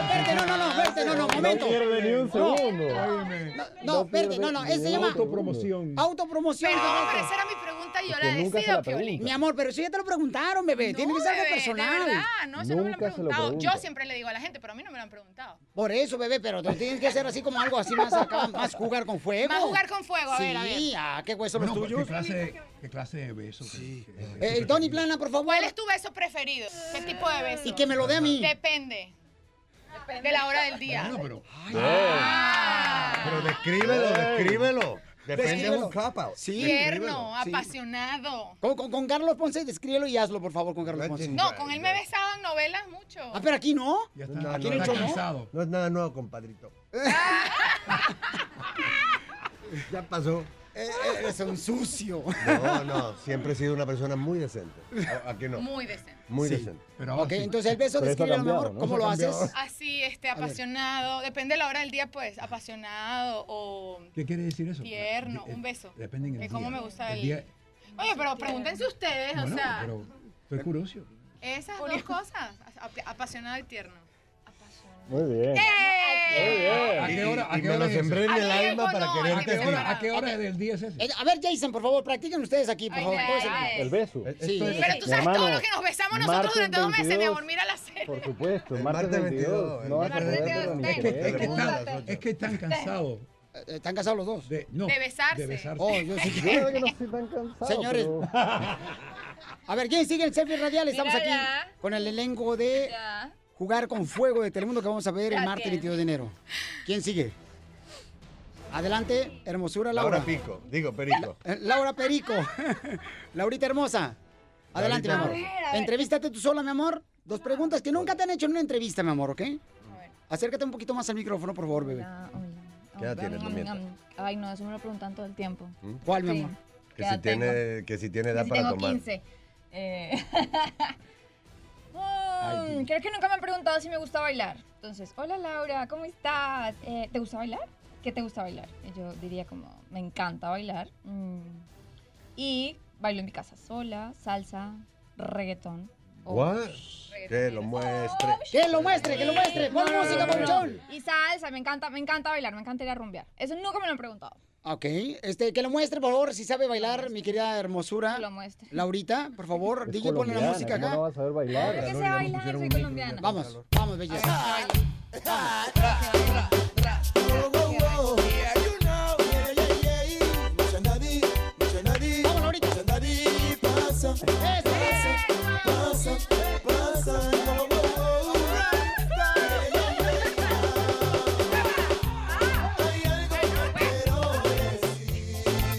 espérate, no, no, no, espérate, no, no, momento. No pierde ni un segundo. No, no, espérate, no, no, ese se llama...
Autopromoción.
Autopromoción.
Pero
correcto.
esa era mi pregunta y yo
Es
la
que nunca se la
decido,
pregunta.
Piolín.
Mi amor, pero si ya te lo preguntaron, bebé. Tiene que ser algo
bebé,
personal.
De verdad, no, eso no me lo han
Nunca se lo
preguntado. Yo
preguntan.
siempre le digo a la gente, pero a mí no me lo han preguntado.
Por eso, bebé, pero tú tienes que hacer así como algo así más acá, más jugar con fuego.
Más jugar con fuego, a ver, a ver.
Sí, ah, qué huesos los
Bueno, pues,
tuyos.
¿Qué clase, qué clase de beso? Sí.
Eh, Tony Plana, por favor.
¿Cuál es tu beso preferido? ¿Qué tipo de beso?
Y que me lo dé a mí.
Depende. De la hora del día.
Pero descríbelo, descríbelo. Depende de
Descríbelo.
un cop out.
Sí.
Tierno,
Sí.
apasionado.
Con, con- con Carlos Ponce, descríbelo y hazlo, por favor, con Carlos Ponce.
No, con él me he besado en novelas mucho.
Ah, pero aquí no.
No,
aquí
no,
en el
no,
show no.
no. No es nada nuevo, compadrito. ya pasó.
Eres E, un sucio.
No, no, siempre he sido una persona muy decente. ¿A, a qué no?
Muy decente.
Muy
Sí,
decente.
pero ahora Ok, sí. entonces el beso Pero eso ha descríbelo, mi amor, cambiado, ¿no? ¿cómo Eso ha lo cambiado. haces?
Así, este, apasionado. Depende de la hora del día, pues. Apasionado o
¿Qué quiere decir eso?
tierno.
Eh,
Un beso.
Depende en el
Que cómo
día.
me gusta
El
el...
día-
Oye, pero pregúntense ustedes, o
Bueno,
sea...
pero estoy curioso.
Esas dos cosas, ap- apasionado y tierno.
Muy bien.
¡Eh!
¿A qué hora, a
Y
qué
me
hora
lo
es eso?
sembré en el Ay, alma para no, quererte
¿A qué
siempre.
hora, a qué hora del día es eso?
Eh, a ver, Jason, por favor, practiquen ustedes aquí, por
Ay,
favor.
ay,
todos.
ay. El
beso.
Sí.
Pero tú sabes todo lo que nos besamos nosotros
martes
durante dos meses, mi
22,
amor, mira la serie.
Por supuesto,
El
martes
martes
22.
22,
No vas a
el martes
perderlo ni
22.
creer.
Es que están,
ocho.
es que están cansados.
¿Están casados los dos?
De, no,
De besarse.
De besarse.
Oh, yo sí
Yo
que-
creo que no
estoy tan cansado,
Señores.
pero-
A ver, ¿quién sigue en Selfie Radial? Estamos
Mira
aquí
ya.
con el elenco de
Ah.
Ya.
Jugar con Fuego de Telemundo que vamos a ver el
Ya
martes
tiene.
22 de enero. ¿Quién sigue? Adelante, hermosura Laura.
Laura Pico, digo Perico.
Eh, Laura Perico. Laurita hermosa. Adelante, mi
Laurita.
amor.
A
ver, a ver.
Entrevístate tú sola, mi amor. Dos preguntas que nunca te han hecho en una entrevista, mi amor, ¿ok? Acércate un poquito más al micrófono, por favor, bebé.
¿Qué edad tienes, no mientas?
Ay, no, eso me lo preguntan todo el tiempo.
¿Mm?
¿Cuál, mi
Sí.
amor?
¿Qué
Que
edad
si, tiene, que si tiene edad
Sí,
para
tengo
tomar.
15. Eh, mm, creo que nunca me han preguntado si me gusta bailar. Entonces, hola Laura, ¿cómo estás? Eh, ¿Te gusta bailar? ¿Qué te gusta bailar? Y yo diría como, me encanta bailar. Mm, Y bailo en mi casa sola, salsa, reggaetón.
What? Que lo muestre.
Que lo muestre, que lo muestre. Pon
No, no, no,
música,
no.
Ponchón.
Y salsa, me encanta, me encanta bailar, me encanta ir a rumbear. Eso nunca me lo han preguntado.
Ok, este, que lo muestre, por favor, si sabe bailar, mi querida hermosura.
Que lo muestre.
Laurita, por favor,
Es
DJ, ponle la
colombiana,
música
¿cómo
acá.
no vas a saber bailar?
Claro que sé bailar, soy colombiana.
Vamos, vamos, belleza.
Vamos, Laurita. Pasa, pasa, pasa, pasa.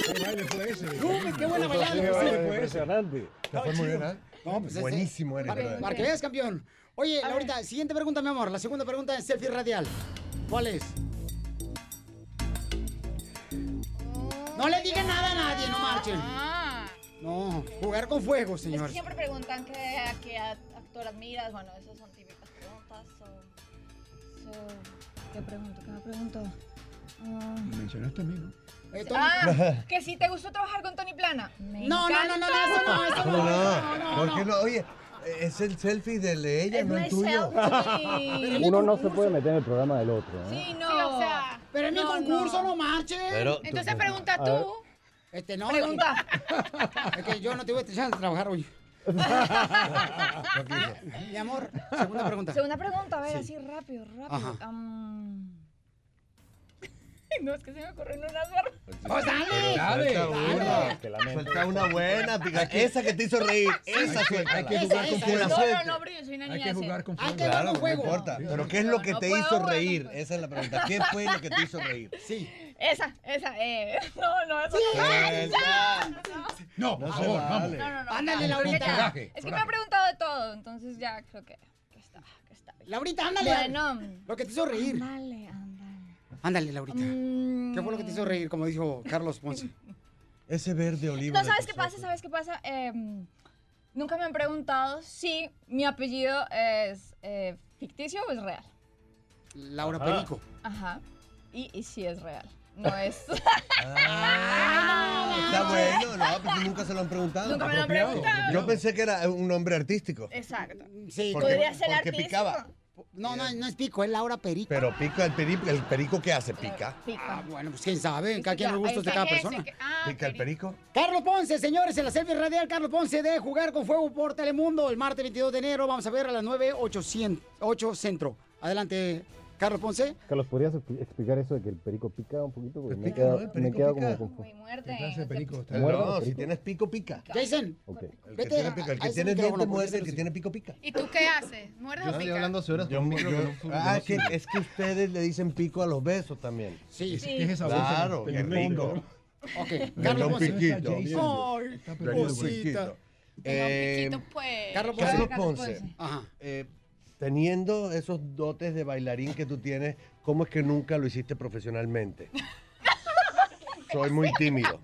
Uy, qué buena bailada.
Sí,
pues,
baile
sí.
fue impresionante.
Te fue muy bien, ¿eh?
No, pues, este,
Buenísimo eres,
Para,
brother.
para que veas, campeón. Oye, Laurita, siguiente pregunta, mi amor. La segunda pregunta en selfie radial. ¿Cuál es? No le digan nada a nadie, no marchen.
Ah.
No, jugar con fuego,
Es que
señor.
siempre preguntan que, a qué a- actor admiras. Bueno, esas son típicas preguntas. so- so- ¿Qué pregunto? ¿Qué me pregunto? Ah,
Me mencionaste a mí, ¿no?
Eh,
ah, que si te gustó trabajar con Tony Plana. Me
No, no, no, no,
encanta.
no, eso no, eso
¿Cómo no?
no. no,
¿Por qué no? Oye, es el selfie de la- ella, no el
my
tuyo.
selfie.
Uno no se puede meter en el programa del otro. ¿eh?
Sí, no.
o sea,
Pero en mi
no,
concurso no, marchen.
Pero tú-
Entonces pregunta
A ver.
tú.
Este no.
Pregunta.
Es que yo no tuve esta chance de trabajar hoy. mi amor,
ah.
segunda pregunta.
Segunda pregunta, a ver,
Sí.
así rápido, rápido.
Ajá.
Am, No, es que se me
eh.
ocurren unas barras.
Pues dale.
Dale,
Suelta
dale.
una. Te lamento.
Suelta una buena, pica. Esa que te hizo reír. Esa
Hay que-
suelta.
hay que jugar con fuego.
No,
No,
no,
no, no,
pero yo soy una
Hay
niña
que
de
jugar
cero.
con
Hay
fuego.
que jugar
Claro,
con
no
fuego.
importa. Pero ¿qué es lo que
No
te
puedo
hizo
jugar con
reír? Esa es la pregunta. ¿Qué fue lo que te hizo reír? Sí.
Esa, esa, eh. No, no, esa no.
Suelta.
No, por favor, vamos.
No, no, no.
Ándale,
ya,
Laurita.
ya.
Coraje,
Es que me
coraje.
han preguntado de todo, entonces ya creo que, que está, que está bien.
Laurita, ándale.
Bueno.
Lo que te hizo reír.
Ándale, ándale.
Ándale, Laurita. ¿Qué fue lo que te hizo reír, como dijo Carlos Ponce?
Ese verde olivo.
No, ¿sabes qué pasa? ¿Sabes qué pasa? Eh, nunca me han preguntado si mi apellido es eh, ficticio o es real.
Laura
Ajá.
Perico.
Ajá. Y, y si es real. No es. Ah,
Está bueno, no, pero nunca se lo han preguntado.
Nunca me lo han preguntado.
Yo pensé que era un nombre artístico.
Exacto.
Sí,
Porque- Podría ser porque artístico. picaba.
No, no, no es pico, es Laura Perico.
Pero pica el perico, el perico ¿qué hace? Pica.
Ah, bueno, pues quién sabe, cada quien
Ya,
los gustos de
ahí
cada
está ese
persona.
que- ah. Pica el perico.
Carlos Ponce, señores, en la selfie radial, Carlos Ponce de Jugar con Fuego por Telemundo el martes 22 de enero. Vamos a ver a las 9, 8 centro. Adelante, Carlos Ponce.
Carlos, ¿podrías expli- explicar eso de que el perico pica un poquito? Porque me he
pica,
quedado,
¿no? El
me he
perico
quedado
pica.
como confuso.
¿Qué clase de perico? está?
Muerda
No,
los
si
pericos.
tienes pico, pica.
Jason.
El que
Vete
tiene
a-
pico, el
a
que
ese
tiene
micrófono,
dientes
por
muerde, el
favor.
que tiene pico, pica.
¿Y tú qué haces? ¿Muerdes o picas?
hace horas
con un micro que no fu-
Ah,
no
es que,
sirve.
es que ustedes le dicen pico a los besos también.
Sí,
Sí. ¿Qué es esa voz en-
Claro,
en
qué
el fondo?
rico.
Ok,
Me da
Carlos
un
Ponce.
piquito.
Ay,
Me da un piquito.
cosita.
Eh,
pues.
Carlos Ponce.
Carlos
Carlos Ponce.
Ponce,
Ajá.
eh, teniendo esos dotes de bailarín que tú tienes, ¿cómo es que nunca lo hiciste profesionalmente? Soy muy tímido.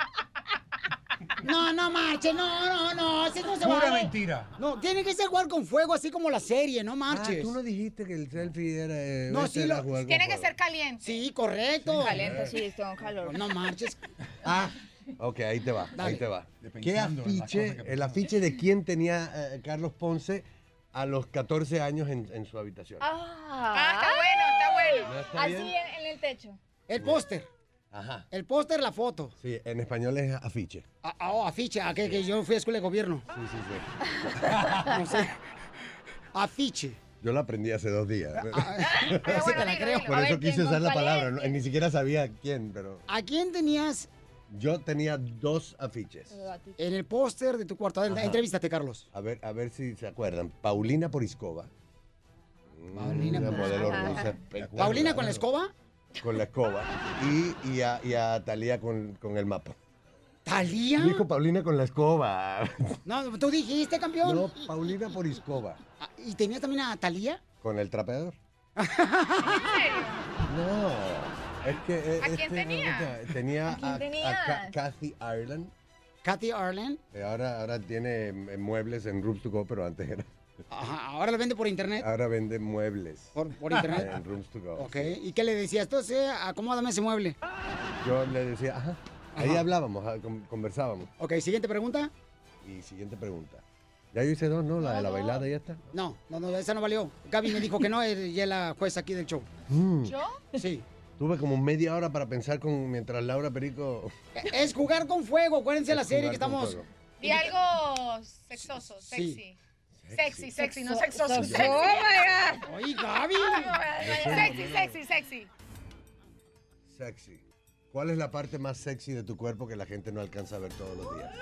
No, no marche, no, no, no, así no se
Pura
vale.
mentira.
No, tiene que ser jugar con fuego, así como la serie, no marches.
Ah, tú no dijiste que el selfie era... eh,
No,
este
sí
era
lo-
jugar con
Tiene que
fuego.
ser caliente.
Sí, correcto.
Caliente, sí, tengo calor.
No marches.
Ah, ok, ahí te va,
Dale.
ahí te va. ¿Qué
Pensando en las cosas
afiche,
que
el afiche de quién tenía eh, Carlos Ponce a los 14 años en, en su habitación?
Ah,
está bueno, está bueno.
¿No está
Así
bien?
en, en el techo.
El póster,
Ajá.
el póster, la foto.
Sí, en español es afiche.
Ah, ah, oh, afiche, ah, que, que yo fui a escuela de gobierno.
Sí, sí, sí.
No sé. Afiche. Ah,
Yo la aprendí hace dos días.
Pero bueno, te la creo.
Por eso quise usar la palabra. no- Ni siquiera sabía quién, pero
¿A quién tenías
yo tenía dos afiches.
en el póster de tu cuarto? Adelante,
Ajá.
entrevístate, Carlos.
A ver, a ver si se acuerdan. Paulina Poriscova.
Paulina
Una modelo
Porizkova.
rusa
Ajá.
espectacular.
¿Paulina con la escoba?
Con la escoba. Y, y a, y a Talía con, con el mapa.
¿Talía?
Dijo Paulina con la escoba.
No, tú dijiste, campeón.
No, Paulina Poriscova.
Ah, ¿Y tenías también a Talía?
Con el trapeador. No. Es que. eh,
¿A quién
este,
tenía?
eh, Tenía
¿A quién
a,
tenías?
a Ca- Kathy Ireland.
Kathy Arlen.
que Ahora, ahora tiene eh, muebles en Rooms to Go, pero antes era.
Ajá, ahora lo vende por internet.
Ahora vende muebles.
Por, por internet.
En Rooms to Go.
Ok, ¿y qué le decías? Entonces, acomódame ese mueble.
Yo le decía, ajá. Ahí hablábamos, ah, con- conversábamos.
Ok, siguiente pregunta.
Y siguiente pregunta. Ya yo hice dos, ¿no? La de la bailada, ya está.
No, no, no, esa no valió. Gaby me dijo que no, eh, ya es la jueza aquí del show.
Mm.
Sí.
Tuve como media hora para pensar con mientras Laura Perico.
E- Es jugar con fuego, acuérdense
Es
la serie
jugar
que
con
estamos.
fuego.
Di algo sexoso,
Sí.
sexy. Sexy, sexy, no sexoso,
Sexo-
sexy.
Oh,
my
God. Oye, Gaby.
Sexy, sexy, sexy.
Sexy. ¿Cuál es la parte más sexy de tu cuerpo que la gente no alcanza a ver todos los días?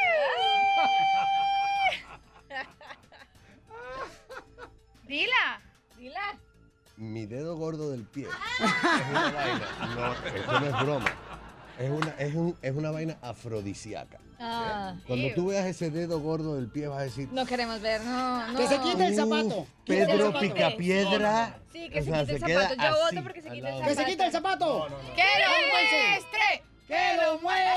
Dila. Dila.
Mi dedo gordo del pie. Es una vaina. No, esto no es broma. Es una, es un- es una vaina afrodisíaca.
Ah.
Cuando tú veas ese dedo gordo del pie, vas a decir.
No queremos ver, no, no.
Que se quite el zapato. Quita el
Pedro
zapato.
Picapiedra.
Sí, que
O
se
sea,
quite el
se queda
zapato. Yo
así,
voto porque se
al
quite el
lado.
¡Que se
zapato.
quite el zapato!
¡Que lo muestre!
este.
¡Que lo muestre!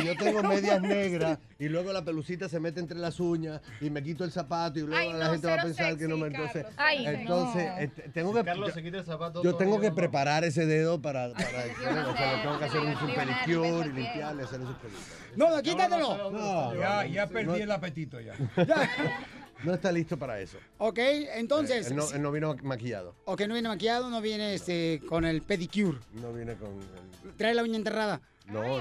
Si yo tengo medias negras y luego la pelucita se mete entre las uñas y me quito el zapato y luego
Ay,
la
no,
gente va a
cero
pensar que no me
sexy,
entonces
Carlos, cero Ay, sexy.
entonces
no.
este, tengo que
Carlos se
yo-
quita el zapato,
yo
todo
tengo que
bien, vamos.
preparar ese dedo para, para
a
o sea,
hacer,
le tengo que
se le
hacer un
iba- le iba a dar el
supericure y
beso
limpiarle hacer un supericure.
No, no,
No,
quítatelo.
ya,
no,
ya
no,
perdí
no.
el apetito ya.
No está listo para eso.
Ok, entonces.
Él no,
si-
él no vino maquillado.
Ok, no viene maquillado, no viene este con el pedicure.
No viene con el-
Trae la uña enterrada.
No, no.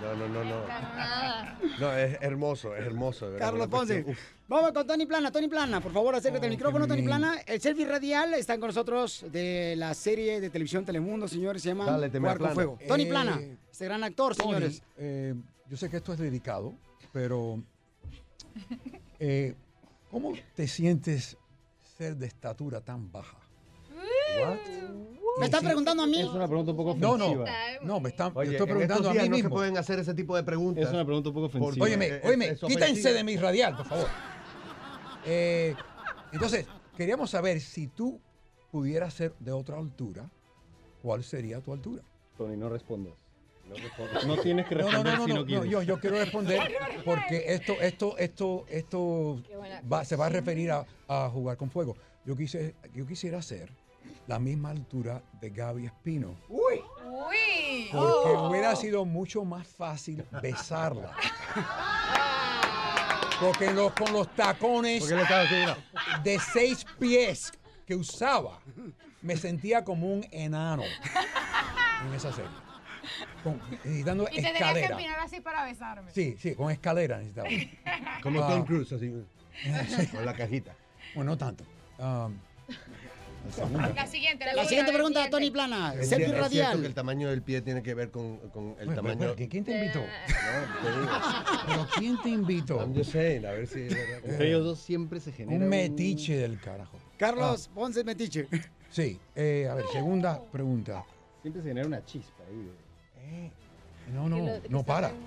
No, no, no, no.
Nada.
No, es hermoso, es hermoso. de verdad,
Carlos
una cuestión-
Ponce. Vamos con Tony Plana, Tony Plana, por favor, acércate al micrófono, Tony
lindo.
Plana. El selfie radial están con nosotros de la serie de televisión Telemundo, señores, se llama
Dale, te me
Jugar con
aplana.
Fuego. Tony
Eh,
Plana, este gran actor,
Tony,
señores.
eh, yo sé que esto es delicado, pero eh, ¿cómo te sientes ser de estatura tan baja?
¿Me están preguntando a mí?
Es una pregunta un poco
ofensiva.
No, no, no, me están,
Oye,
estoy
en estos
preguntando a
días
mí
no se
mismo.
pueden hacer ese tipo de preguntas.
Es una
pregunta un poco
Porque- Óyeme, óyeme, quítense de mi radial, por favor. Eh, entonces, queríamos saber si tú pudieras ser de otra altura, ¿cuál sería tu altura?
Tony, no respondas. No, respondas. No tienes que responder
no, no,
si no,
no,
quieres.
yo, yo quiero responder porque esto, esto, esto, esto va- se va a referir a, a jugar con fuego. Yo, quise, yo quisiera ser la misma altura de Gaby Espino.
Uy.
Uy.
Porque
Oh.
hubiera sido mucho más fácil besarla. Porque los- con los tacones
Porque le estaba así, mira.
de seis pies que usaba, me sentía como un enano en esa serie. Con- necesitando
Y te tenías que
escalera.
empinar así para besarme.
Sí, sí, con escalera necesitaba.
Como
Ah.
Tom Cruise, así. Con la cajita.
Bueno, no tanto. Ah, la segunda.
La siguiente, la,
La siguiente pregunta, Tony
Es cier-
Plana, selfie
es cierto que
radial.
el tamaño del pie tiene que ver con, con el
Bueno,
tamaño.
pero, ¿quién te invitó?
No, te digo.
¿Pero quién te invitó?
I'm just saying, a ver si. es verdad.
Entre ellos dos
siempre se
Un metiche del carajo. Ah.
Carlos Ponce Metiche.
Sí, eh, a ver, segunda pregunta. Eh,
Siempre se genera una chispa ahí. de-
No,
Que
no,
lo- que
no
está
para.
bien.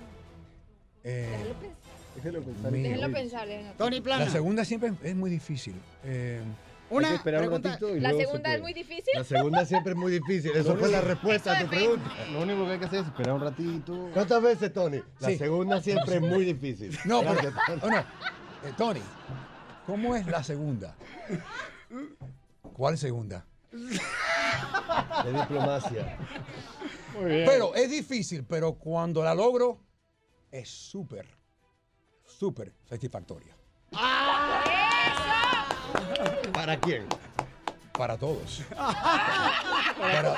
Eh,
Déjalo pensar.
Déjalo pensar.
mío.
Déjalo pensar.
eh,
déjalo pensar.
La segunda siempre es- es muy difícil. Eh,
Una
hay que esperar un
pregunta-
ratito y
La
luego se
segunda
puede.
es muy difícil.
La segunda siempre es muy difícil. Eso fue la respuesta a tu pregunta.
Lo único que hay que hacer es esperar un ratito.
¿Cuántas veces, Tony? La
Sí.
segunda siempre es muy difícil.
No, pero,
Gracias, Tony.
oh, no. Eh, Tony, ¿cómo es la segunda? ¿Cuál segunda?
De diplomacia.
Pero es difícil, pero cuando la logro, es súper, súper satisfactoria.
¿Para quién?
Para todos. Para,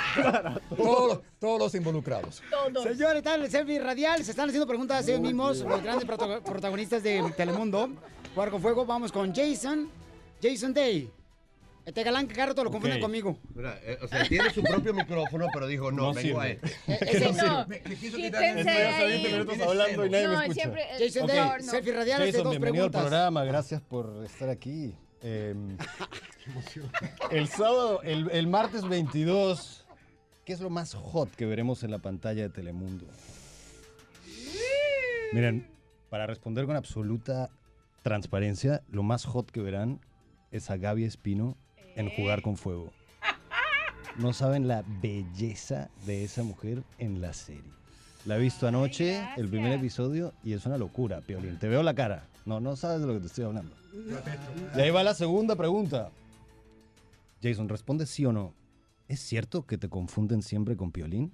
todos, los- todos los involucrados.
Señores, están en el selfie radial, se están haciendo preguntas a ellos mismos, los grandes proto- protagonistas de Telemundo. Jugar con fuego, vamos con Jason, Jason Day. Este galán que Carlos lo confunden
Ok.
conmigo.
Mira, eh, O sea, tiene su propio micrófono, pero dijo, no,
No
vengo a
sirve.
este.
E-, Ese
no. Quítense de ahí. no,
escucha.
siempre. eh,
Jason
por
Day,
favor, no.
selfie radial hace
Jason,
dos
bienvenido
preguntas.
al programa, gracias por estar aquí. Eh, el sábado, el, el martes 22, ¿qué es lo más hot que veremos en la pantalla de Telemundo? Miren, para responder con absoluta transparencia, lo más hot que verán es a Gaby Espino en Jugar con Fuego. No saben la belleza de esa mujer en la serie. La he visto anoche, el primer episodio, y es una locura, Piolín. Te veo la cara. No, no sabes de lo que te estoy hablando. Y ahí va la segunda pregunta. Jason, responde sí o no. ¿Es cierto que te confunden siempre con Piolín?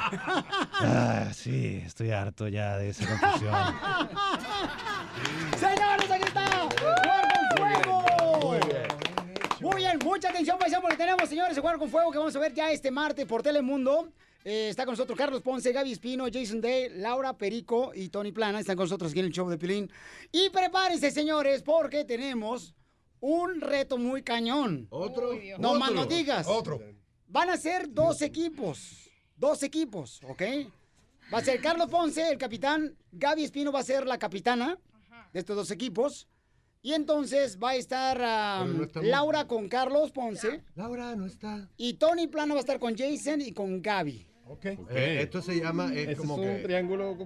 Ah, sí, estoy harto ya de esa confusión.
Señores, aquí está. Jugar con fuego. Muy bien. mucha atención, paisano, porque tenemos, señores, Jugar con fuego que vamos a ver ya este martes por Telemundo. Eh, está con nosotros Carlos Ponce, Gaby Espino, Jason Day, Laura Perico y Tony Plana. Están con nosotros aquí en el show de Pilín. Y prepárense, señores, porque tenemos un reto muy cañón.
Otro.
No
Otro.
más no digas.
Otro.
Van a ser dos equipos. Dos equipos, ¿ok? Va a ser Carlos Ponce, el capitán. Gaby Espino va a ser la capitana de estos dos equipos. Y entonces va a estar ah,
Pero no estamos-
Laura con Carlos Ponce.
Laura no está.
Y Tony Plano va a estar con Jason y con Gaby.
Eh, esto se llama, es
Ese
como
es un
que-
triángulo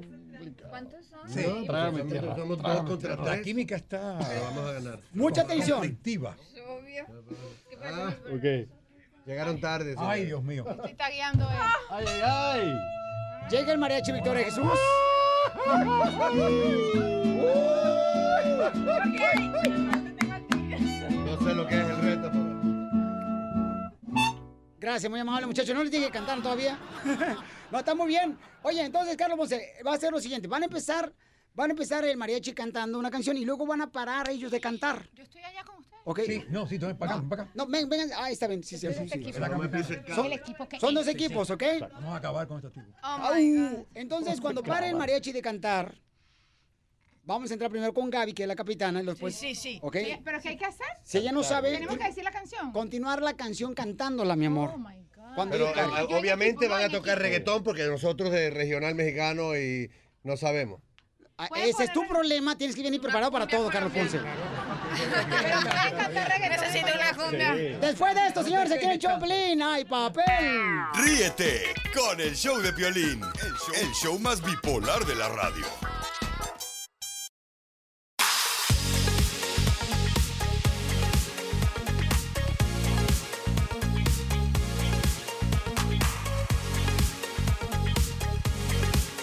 ¿Cuántos son?
Sí. No,
Trágame
somos-
tierra,
somos dos
trágame
contra
tierra.
tres.
La química está.
Pero vamos a ganar.
Mucha atención.
Conflictiva.
Obvio. ¿Qué pasa?
Ah, Llegaron tarde.
Ay,
señores.
Dios mío.
Estoy tagueando él.
¡Ay, ay, ay!
Llega el mariachi Victoria Jesús.
No sé lo que es el reto. pero-
Gracias, muy amable muchacho. No les dije que cantaron todavía. no, está muy bien. Oye, entonces, Carlos Ponce, va a ser lo siguiente. Van a empezar, van a empezar el mariachi cantando una canción y luego van a parar ellos de cantar.
Yo estoy allá con ustedes.
¿Ok?
Sí, no, sí, entonces, para acá, para acá.
No, ven, ven, ah, está bien, sí, sí, sí,
este
sí.
Es la capital.
Son- Son dos equipos, ¿ok?
Vamos a acabar con estos tipos.
Oh,
Au. Entonces, cuando pare el
Claro.
mariachi de cantar, vamos a entrar primero con Gaby, que es la capitana, y después...
sí, sí.
¿Ok?
Sí, ¿Pero qué hay que hacer?
Si ella no sabe-
Tenemos que decir la canción.
Continuar la canción cantándola, mi
Oh,
amor. Cuando
Pero
yo cante.
eh,
ah, obviamente van a tocar reggaetón porque nosotros de regional mexicano y no sabemos.
Ah, Ese es tu problema, tienes que venir preparado para todo, Carlos Ponce.
Necesito una
cumbia. Sí.
Después de esto, señores, se quiere Choplin. ¡Ay, papel!
Ríete con el show de Piolín, el show, el show más bipolar de la radio.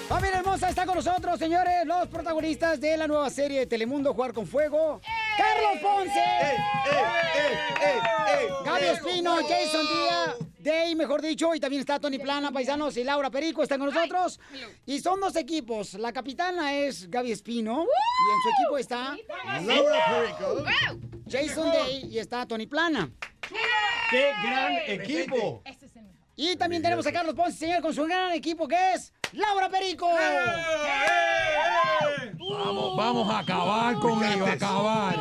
Familia hermosa, está con nosotros, señores, los protagonistas de la nueva serie de Telemundo Jugar con Fuego. ¡Carlos Ponce! Gaby Espino, Jason Díaz, Day, mejor dicho, y también está Tony Plana, Paisanos y Laura Perico están con nosotros. Y son dos equipos. La capitana es Gaby Espino y en su equipo está
Laura Perico.
Jason Day y está Tony Plana.
¡Qué gran equipo!
Y también tenemos a Carlos Ponce, señor, con su gran equipo que es Laura Perico.
¡Eh!
Vamos, vamos a acabar conmigo, a acabar.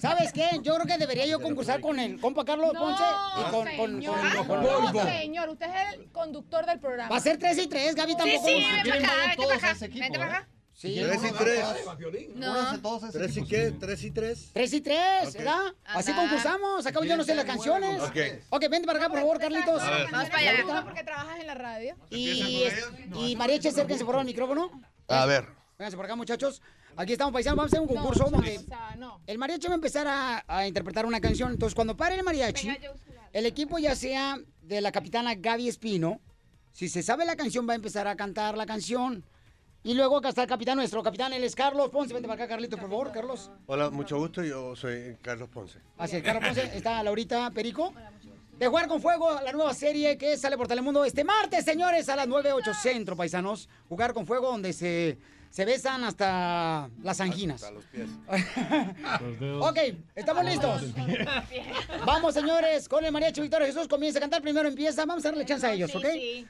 ¿Sabes qué? Yo creo que debería yo concursar con el compa Carlos Ponce y con, con, con- con- con-
No,
Volvo.
señor, usted es el conductor del programa.
Va a ser tres y tres, Gaby, tampoco.
Sí, sí,
Si
ven
quieren,
para acá,
vayan
vete para
todos a
acá.
ese equipo,
Vete para acá.
Sí.
Tres y tres.
No.
¿Tres y qué? ¿Tres y tres?
Tres y tres,
Ok.
¿verdad? Así
Ajá.
concursamos. Acá yo no sé las canciones.
Ok.
Ok, vente para acá, por favor, Carlitos.
A ver.
Vamos para allá.
Ahorita.
porque trabajas en la radio.
Y, y Mariachi, acérquense por favor al micrófono.
A ver.
Vénganse por acá, muchachos. Aquí estamos paisanos. Vamos a hacer un concurso donde el mariachi va a empezar a, a interpretar una canción. Entonces, cuando pare el mariachi, el equipo ya sea de la capitana Gaby Espino, si se sabe la canción, va a empezar a cantar la canción. Y luego acá está el capitán nuestro. Capitán, él es Carlos Ponce. Vente para acá, Carlitos, por favor, Carlos.
Hola, mucho gusto. Yo soy Carlos Ponce.
Así es, Carlos Ponce. Está Laurita Perico. De Jugar con Fuego, la nueva serie que sale por Telemundo este martes, señores, a las 9, 8 centro, paisanos. Jugar con Fuego, donde se, se besan hasta las anginas. Ok, estamos listos. Vamos, señores, con el mariachi Victoria Jesús. Comienza a cantar. Primero empieza. Vamos a darle chance a ellos, ¿ok?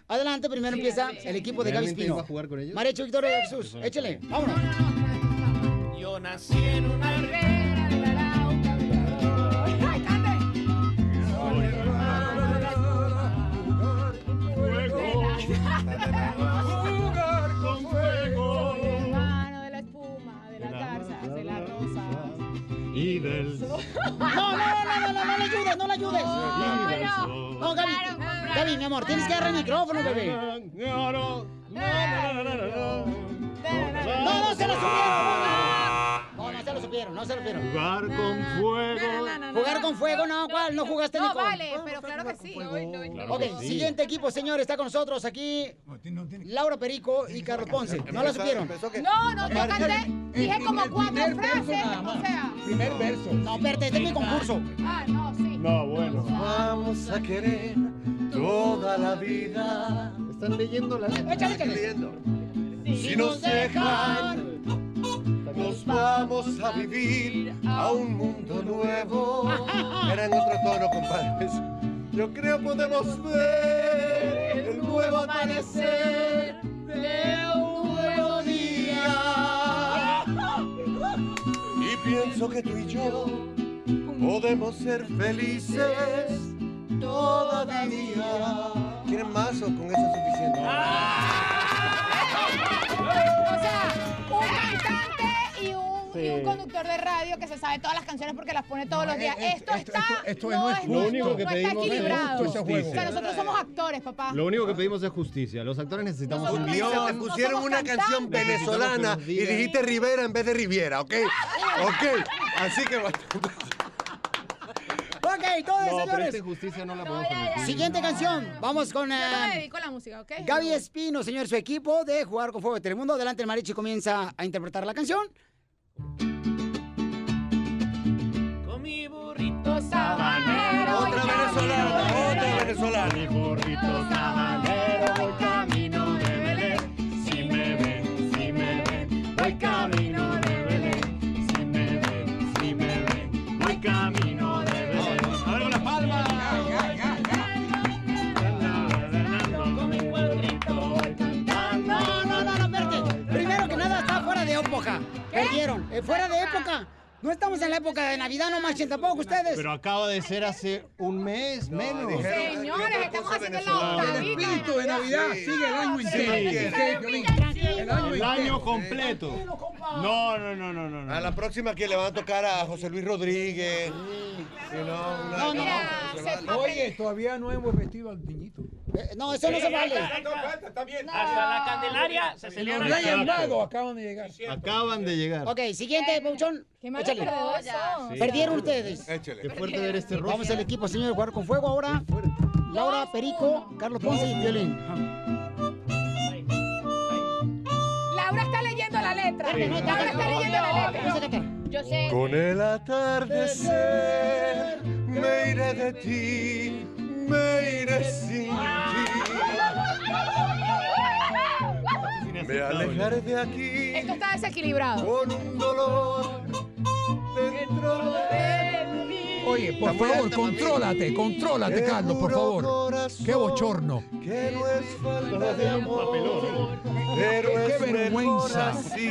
Adelante, primero empieza el equipo de Gaby
¿Realmente
Espino.
iba a jugar con ellos?
Mariachi Victoria Jesús, échale. Vámonos.
Yo nací en una ribera del Arauca. ¡Ay, cante! Soy hermano de la espuma. Jugar con fuego.
Soy hermano de la espuma, de la zarza, de la rosa.
Y del...
No, no, no, no, no, no le ayudes, no le ayudes.
No,
no, no, Gaby, Gaby, mi amor, tienes que agarrar el micrófono, bebé.
No, no.
No, no se lo supieron. No, no se lo supieron, no se lo supieron.
Jugar con fuego.
Jugar con fuego, no, ¿cuál? No jugaste ni
No,
con-
vale, pero claro que sí.
Ok, siguiente equipo, señor, está con nosotros aquí Laura Perico y Carlos Ponce. No la supieron.
No, no, yo canté. Dije como cuatro frases. O sea.
Primer verso. No, espérate, este es mi concurso.
Ah, no, sí.
No, bueno.
Vamos a querer toda la vida. Están leyendo la letra.
Échale, échale.
Si nos dejan, nos vamos a vivir a un mundo nuevo.
Era en otro tono, compadres.
Yo creo podemos ver el nuevo amanecer de un nuevo día. Y pienso que tú y yo podemos ser felices todavía.
¿Quieren más o con eso es suficiente?
O sea, un cantante y un, y un
Sí.
conductor de radio que se sabe todas las canciones porque las pone todos los
eh,
días. esto, está.
Esto
no
es
es justo,
nuestro.
Lo único que
no está
pedimos es
equilibrado.
justo ese
O sea,
juego.
nosotros somos actores, papá.
Lo único que pedimos es justicia. Los actores necesitamos
Nosotros
un
no somos-
guión.
no somos cantantes.
venezolana y dijiste Rivera en vez de Riviera, ¿ok?
Ah.
¿Ok? Así que bueno.
Ok, entonces,
No, pero
señores.
esta injusticia no la podemos permitir.
Siguiente canción. Vamos con
Yo
eh,
me dedico a la música, ¿ok?
Gaby Espino, señor, su equipo de Jugar con Fuego de Telemundo. Adelante, el mariachi comienza a interpretar la canción.
Con mi burrito sabanero. Otra venezolana, otra venezolana. Mi burrito sabanero, voy camino de Belén. Si me ven, si me ven, voy camino de Belén. Si me ven, si me ven, voy camino
eh, fuera de época. No estamos en la época de Navidad, no marchen tampoco ustedes.
Pero acaba de ser hace un mes menos.
Señores, estamos haciendo la octavita.
El
espíritu
de Navidad sigue el año El año completo.
No, no, no, no, no. A la próxima que le van a tocar a José Luis Rodríguez. Si no, una-
No, mira,
se
se
vale.
papel-
Oye, todavía no hemos vestido al niñito.
Eh, no, eso no se vale.
Hasta la Candelaria se
Y los
celebra.
Reyes Magos acaban de llegar.
Acaban de llegar.
Ok, siguiente, Pauchón. Qué
malos
perdedores son. Sí.
Perdieron ustedes.
Échale. Qué fuerte ver este rostro.
Vamos al equipo, señor, jugar con fuego ahora. Laura, Perico, Carlos Ponce y Violín.
Laura está leyendo la letra.
Sí.
Laura está leyendo la letra. Yo sé.
Con el atardecer me iré de ti, me iré sin
Ah.
ti. Me alejaré de aquí
Esto está desequilibrado.
con un dolor dentro de mí.
Oye, por
Está muy
favor,
alta, mami.
contrólate, contrólate,
Te
Carlos, por
juro,
favor.
corazón,
Qué bochorno.
Que no es falta de amor, pero
Qué
es
vergüenza.
mejor así.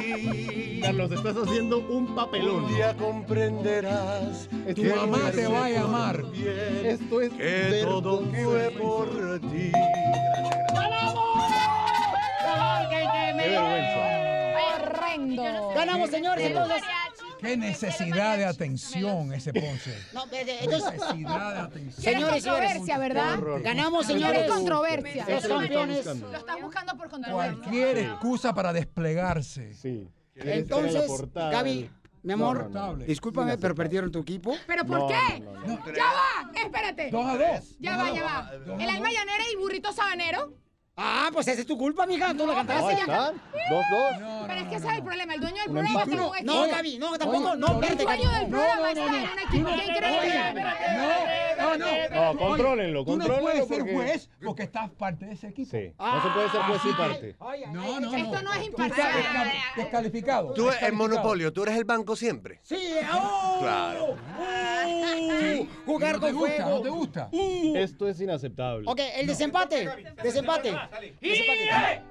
Carlos, estás haciendo un papelón.
Un día comprenderás.
Tu
que
mamá
no es
te va a llamar.
por bien,
Esto es
Que todo fue por ti.
Horrendo.
Ganamos, señores, entonces.
Qué necesidad de atención ese Ponce.
No, eh, entonces.
Necesidad de atención.
Señores,
controversia, ¿verdad?
Ganamos,
Quiere
señores.
controversia.
Los campeones.
Lo están buscando por controversia.
Cualquier excusa para desplegarse.
Sí.
Entonces, Gaby, mi amor,
Lamentable.
discúlpame, pero perdieron tu equipo.
¿Pero por qué? ¡Ya va! Espérate.
Dos a dos.
Ya
Dos
va,
a
ya va.
dos.
El alma llanera y burrito sabanero.
Ah, pues esa es tu culpa, mija. Tú lo cantaste.
están.
Dos, dos.
Pero es que ese es el problema. El dueño del
Un
programa
empate.
tiene un
No,
equipo.
no, Gaby, no, tampoco, no,
El
espérate,
dueño
Gaby.
del
No,
programa
no,
está
no,
en un equipo. ¿Qué increíble?
No, no,
No, contrólenlo,
Tú no
contrólenlo
puedes ser
porque-
juez porque estás parte de ese equipo. Ah,
Sí. No se puede ser juez y parte.
No, no, no.
Esto no es
Tú
imparcial.
estás descal- Descalificado.
Tú eres el
Descalificado.
monopolio, tú eres el banco siempre.
Sí, ¡oh!
Claro.
Sí. Jugar
No te
con
gusta,
fuego.
no
Uh.
te
gusta.
Uh.
Esto es inaceptable.
Ok, el desempate. Desempate. Desempate.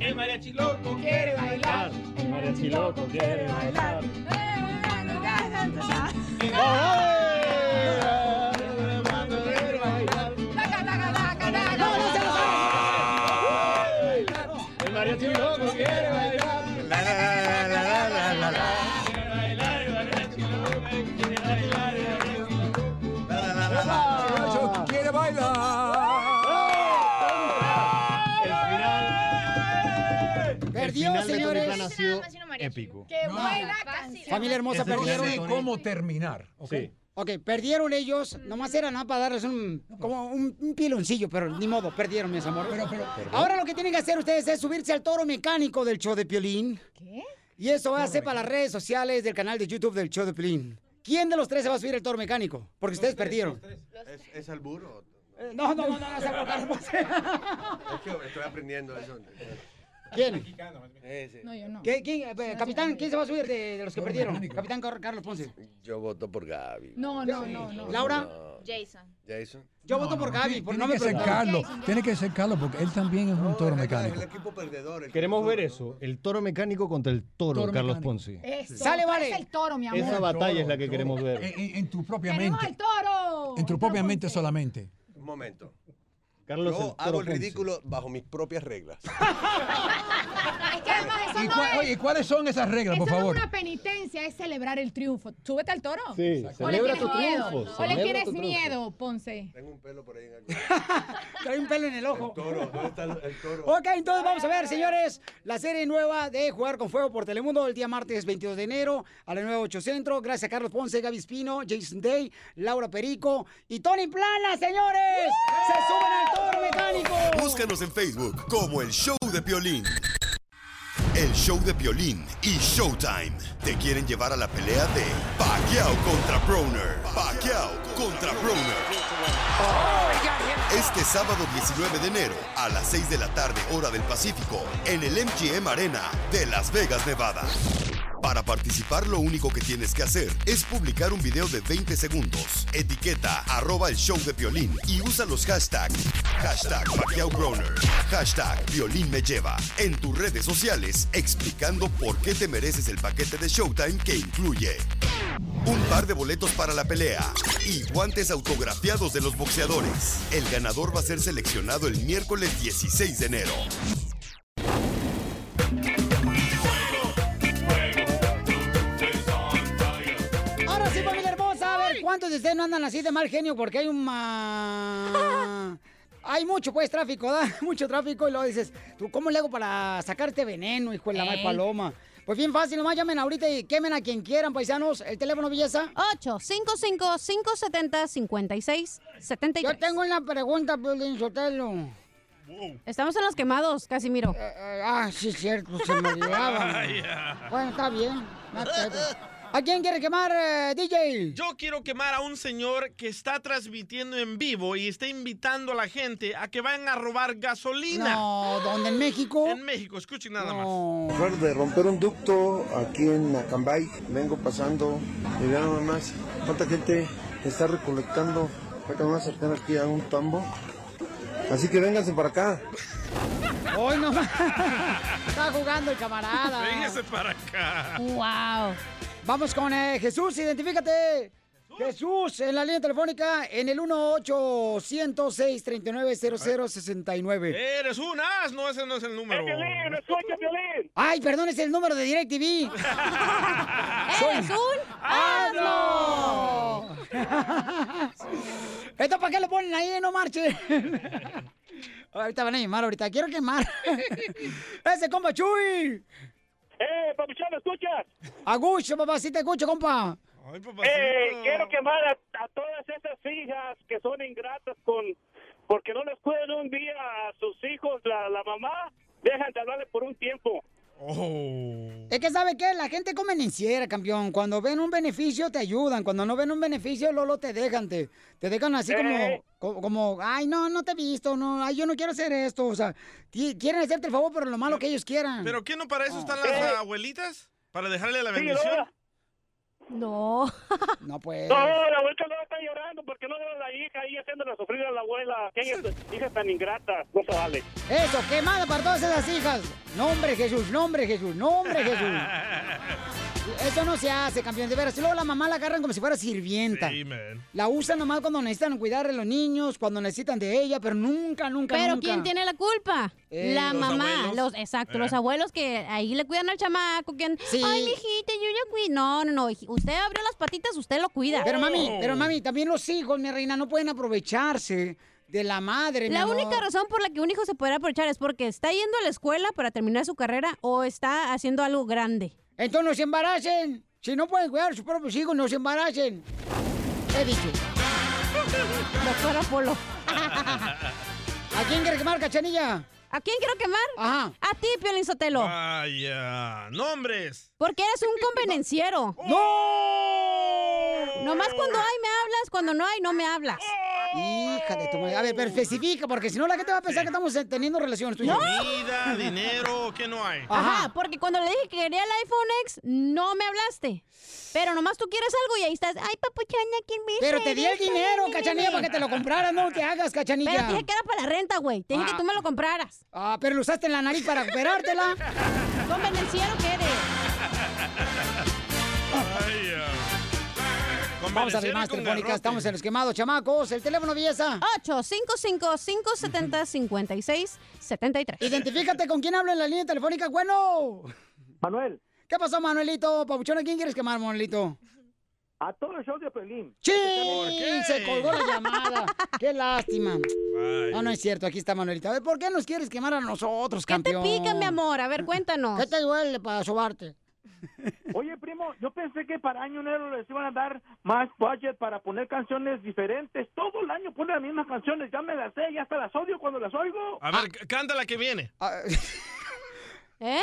El mariachi loco quiere bailar. El mariachi loco quiere bailar. El mariachi loco quiere bailar. La la la la la la la la. Quiere bailar el mariachi loco, quiere bailar el mariachi loco. La la la la la.
Yo quiere
El final. el
Perdió,
final
señores.
De Tony Plan ha sido épico.
¡Qué buena canción!
Familia hermosa,
Ese no
perdieron.
sé cómo terminar.
Ok, perdieron ellos. Nomás era nada para darles un,
pues.
como un, un piloncillo, pero ni modo, perdieron, mis amor. Ahora lo que tienen que hacer ustedes es subirse al toro mecánico del show de Piolín. ¿Qué? Y eso va a ser para las redes sociales del canal de YouTube del show de Piolín. ¿Quién de los tres se va a subir al toro mecánico? Porque ustedes perdieron.
¿Es, es al burro?
Eh, No, no, no, no, no, se acordó, pues.
Es que estoy aprendiendo eso.
¿Quién?
Ese.
¿Qué- quién, eh, capitán, ¿quién se va a subir de, de los que perdieron? Capitán Car- Carlos Ponce.
Yo voto por Gaby.
No, no, no, no.
¿Laura?
Jason.
¿Jason?
Yo voto por Gaby, por no
Tiene
me
que ser
preguntaron.
Carlos. Tiene que ser Carlos porque él también es un toro mecánico.
equipo perdedor.
Queremos ver eso. El toro mecánico contra el toro,
Toro
Carlos
mecánico.
Ponce.
Eso,
Sale, vale.
Es el toro, mi amor.
Esa batalla es la que queremos ver.
En, en- en tu propia
¡Queremos
mente.
al toro!
En tu propia mente solamente.
Un momento.
Carlos
Yo
el Toro
hago el
Ponce.
ridículo bajo mis propias reglas.
Es que además eso
¿Y
no
cua-
es...
oye, ¿cuáles son esas reglas,
Eso
por
no
favor?
es una penitencia, es celebrar el triunfo. Súbete al toro.
Sí,
O le
celebra
tienes
tu
miedo.
triunfo,
O le
celebra
tienes
tu triunfo.
miedo, Ponce.
Tengo un pelo por ahí en el
Trae un pelo en el ojo. Ah.
toro. ¿Dónde está el, el toro?
Ok, entonces vamos a ver, señores, la serie nueva de Jugar con Fuego por Telemundo el día martes 22 de enero a las 9, 8 centro. Gracias a Carlos Ponce, Gaby Espino, Jason Day, Laura Perico y Tony Plana, señores. Se suben al toro mecánico.
Búscanos en Facebook como el Show de Piolín. El Show de Piolín y Showtime te quieren llevar a la pelea de Pacquiao contra Broner. Pacquiao contra Broner. Este sábado 19 de enero a las 6 de la tarde hora del Pacífico en el MGM Arena de Las Vegas, Nevada. Para participar lo único que tienes que hacer es publicar un video de 20 segundos, etiqueta arroba el show de violín y usa los hashtags hashtag Pacquiao Groner, hashtag violín me lleva en tus redes sociales explicando por qué te mereces el paquete de Showtime que incluye un par de boletos para la pelea y guantes autografiados de los boxeadores. El ganador va a ser seleccionado el miércoles 16 de enero.
Ahora sí, familia hermosa, a ver cuántos de ustedes no andan así de mal genio porque hay un ma- Hay mucho, pues, tráfico, da mucho tráfico. Y luego dices, ¿tú cómo le hago para sacarte veneno, hijo de la mal
Ey.
paloma? Pues bien fácil, nomás llamen ahorita y quemen a quien quieran, paisanos. El teléfono, belleza.
855-570-5673.
Yo tengo una pregunta, Piolín Sotelo.
Estamos en los quemados, Casimiro.
ah, sí, cierto, se me olvidaba. Bueno, está bien. no te preocupes. ¿A quién quiere quemar, eh, DJ?
Yo quiero quemar a un señor que está transmitiendo en vivo y está invitando a la gente a que vayan a robar gasolina.
No, ¿dónde? ¿En México?
En México, escuchen nada más.
Acabo de romper un ducto aquí en Acambay. Vengo pasando y vean nada más cuánta gente está recolectando. Acá me voy a acercar aquí a un tambo. Así que vénganse para acá.
Hoy no Está jugando el camarada.
Véngase para acá.
Wow. Vamos con eh, Jesús, identifícate. Jesús, en la línea telefónica, en el 1-800-639-0069.
Eres un as, no ese no es el número.
Ay, perdón, es el número de DirecTV. ¡Eres un asno! ¿Esto para qué lo ponen ahí? No marchen. ahorita van a llamar, ahorita. Quiero quemar. ¡Ese compa Chuy! ¡Eh, papuchón, ¿me escuchas? Agucho, papá, sí te escucho, compa.
Eh, quiero quemar a, a todas esas hijas que son ingratas con porque no les cuidan un día a sus hijos, la, la mamá, dejan de hablarle por un tiempo.
Es que, ¿sabe qué? La gente convenenciera, campeón. Cuando ven un beneficio, te ayudan. Cuando no ven un beneficio, Lolo, te dejan. Te, te dejan así
Eh.
como, co- como, ay, no, no te he visto. No, ay, yo no quiero hacer esto. O sea, ti- quieren hacerte el favor por lo malo que ellos quieran.
¿Pero qué no para eso están las
Eh.
abuelitas? ¿Para dejarle la
Sí,
bendición?
Lola. No. No, pues.
No, la abuela no está llorando porque no veo a la hija ahí haciéndola sufrir a la abuela. Que ella hija tan ingrata, no se vale.
Eso, quemada para todas esas hijas. Nombre Jesús, nombre Jesús, nombre Jesús. Eso no se hace, campeón. De veras, Y luego la mamá la agarran como si fuera sirvienta.
Sí, man.
La usan nomás cuando necesitan cuidar a los niños, cuando necesitan de ella, pero nunca, nunca,
Pero
nunca.
¿quién tiene la culpa?
Eh,
la
los
mamá,
abuelos.
los exacto, los
Eh.
abuelos que ahí le cuidan al chamaco, que ay, mijita, yo ya cuido. No, no, no, hij- usted abrió las patitas, usted lo cuida. Oh.
Pero mami, pero mami, también los hijos, mi reina, no pueden aprovecharse de la madre. mi
La
amor.
única razón por la que un hijo se podrá aprovechar es porque está yendo a la escuela para terminar su carrera o está haciendo algo grande.
Entonces no se embaracen. Si no pueden cuidar a sus propios hijos, no se embaracen. He dicho. Doctora Polo. ¿A quién quiere quemar, cachanilla?
¿A quién quiero quemar? A ti, Piolín Sotelo.
Vaya, Ah, nombres.
Porque eres un convenenciero.
¡No!
Nomás cuando hay me hablas, cuando no hay no me hablas.
Hija de tu madre. A ver, pero especifica, porque si no, la gente va a pensar que estamos eh, teniendo relaciones tuyas.
Comida, dinero, ¿qué no hay?
Ajá, porque cuando le dije que quería el iPhone X, no me hablaste. Pero nomás tú quieres algo y ahí estás, ay, papuchaña, ¿quién me
Pero
hizo
te di el
esto?
dinero, cachanilla, para que te lo compraras. No te hagas, cachanilla.
Pero te dije que era para la renta, güey. Te dije
Ah.
que tú me lo compraras.
Ah, pero lo usaste en la nariz para operártela.
Convenenciero que eres.
Vaya.
Vamos a ver
Convenenciero
más
con
telefónicas.
garrote.
Estamos en los quemados, chamacos. El teléfono belleza.
855-570-5673.
Identifícate con quién hablo en la línea telefónica. Bueno.
Manuel.
¿Qué pasó, Manuelito? Pabuchón, ¿a quién quieres quemar, Manuelito?
A todo el show de Pelín.
¡Sí! Se colgó la llamada. ¡Qué lástima! No, no es cierto. Aquí está Manuelito. A ver, ¿por qué nos quieres quemar a nosotros, campeón?
pica, mi amor? A ver, cuéntanos.
¿Qué te duele para sobarte?
Oye, primo, yo pensé que para Año Nuevo les iban a dar más budget para poner canciones diferentes. Todo el año ponen las mismas canciones. Ya me las sé, ya hasta las odio cuando las oigo.
A ver,
Ah.
c- canta la que viene.
¿Eh?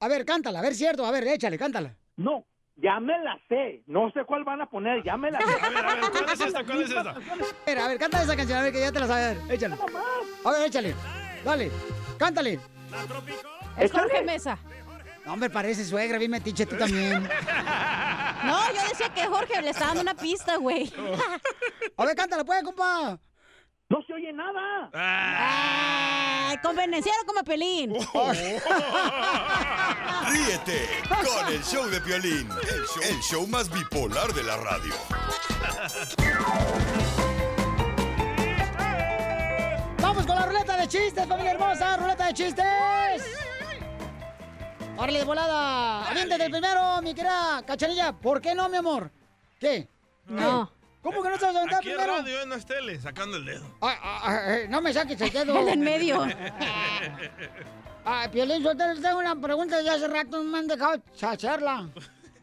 a ver, cántala. A ver, cierto. A ver, échale, cántala.
No, ya me la sé. No sé cuál van a poner, ya me la sé. A ver, a ver,
¿cuál es esta? ¿Cuál es esta?
A ver, a ver, cántale esa canción. A ver, que ya te la sabes. A ver, échale. A ver, échale. Dale, cántale.
Es Jorge Mesa.
No, hombre, parece suegra, bien metiche tú también.
No, yo decía que Jorge le estaba dando una pista, güey.
A ver, cántala, puede, compa.
No se oye nada. Ay, convenenciero Eh, como pelín.
Ríete con el show de Piolín, el show, el show más bipolar de la radio.
Vamos con la ruleta de chistes, familia hermosa, ruleta de chistes. Órale, de volada. Aviéntate el primero, mi querida cachanilla. ¿Por qué no, mi amor? ¿Qué?
No.
¿Qué? ¿Cómo que no sabes aventar
Aquí en
primero?
radio en las tele, sacando el dedo.
Ah, ah, ah, no me saques el dedo.
El en medio.
Ah, Piolín, yo te- tengo una pregunta ya hace rato no me han dejado hacerla.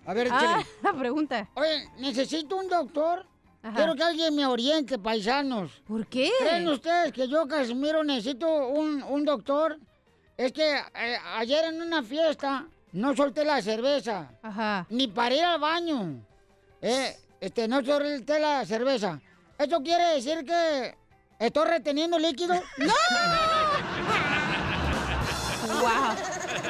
A ver,
Ah,
la pregunta. Oye, necesito un doctor. Quiero que alguien me oriente, paisanos. ¿Por qué? ¿Creen ustedes que yo, Casimiro, necesito un, un doctor? Es que eh, ayer en una fiesta no solté la cerveza. Ajá. Ni para ir al baño. Eh, este, no solté la cerveza. ¿Esto quiere decir que estoy reteniendo líquido? ¡No!
Guau.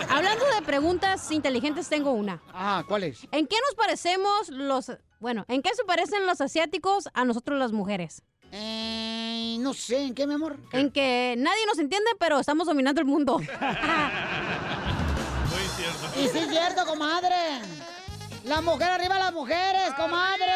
Hablando de preguntas inteligentes, tengo una.
Ah, ¿cuál es?
¿En qué nos parecemos los... Bueno, ¿en qué se parecen los asiáticos a nosotros las mujeres?
Eh, no sé, ¿en qué, mi amor?
En que nadie nos entiende, pero estamos dominando el mundo.
Muy cierto.
Y sí es cierto, comadre. La mujer arriba las mujeres, comadres.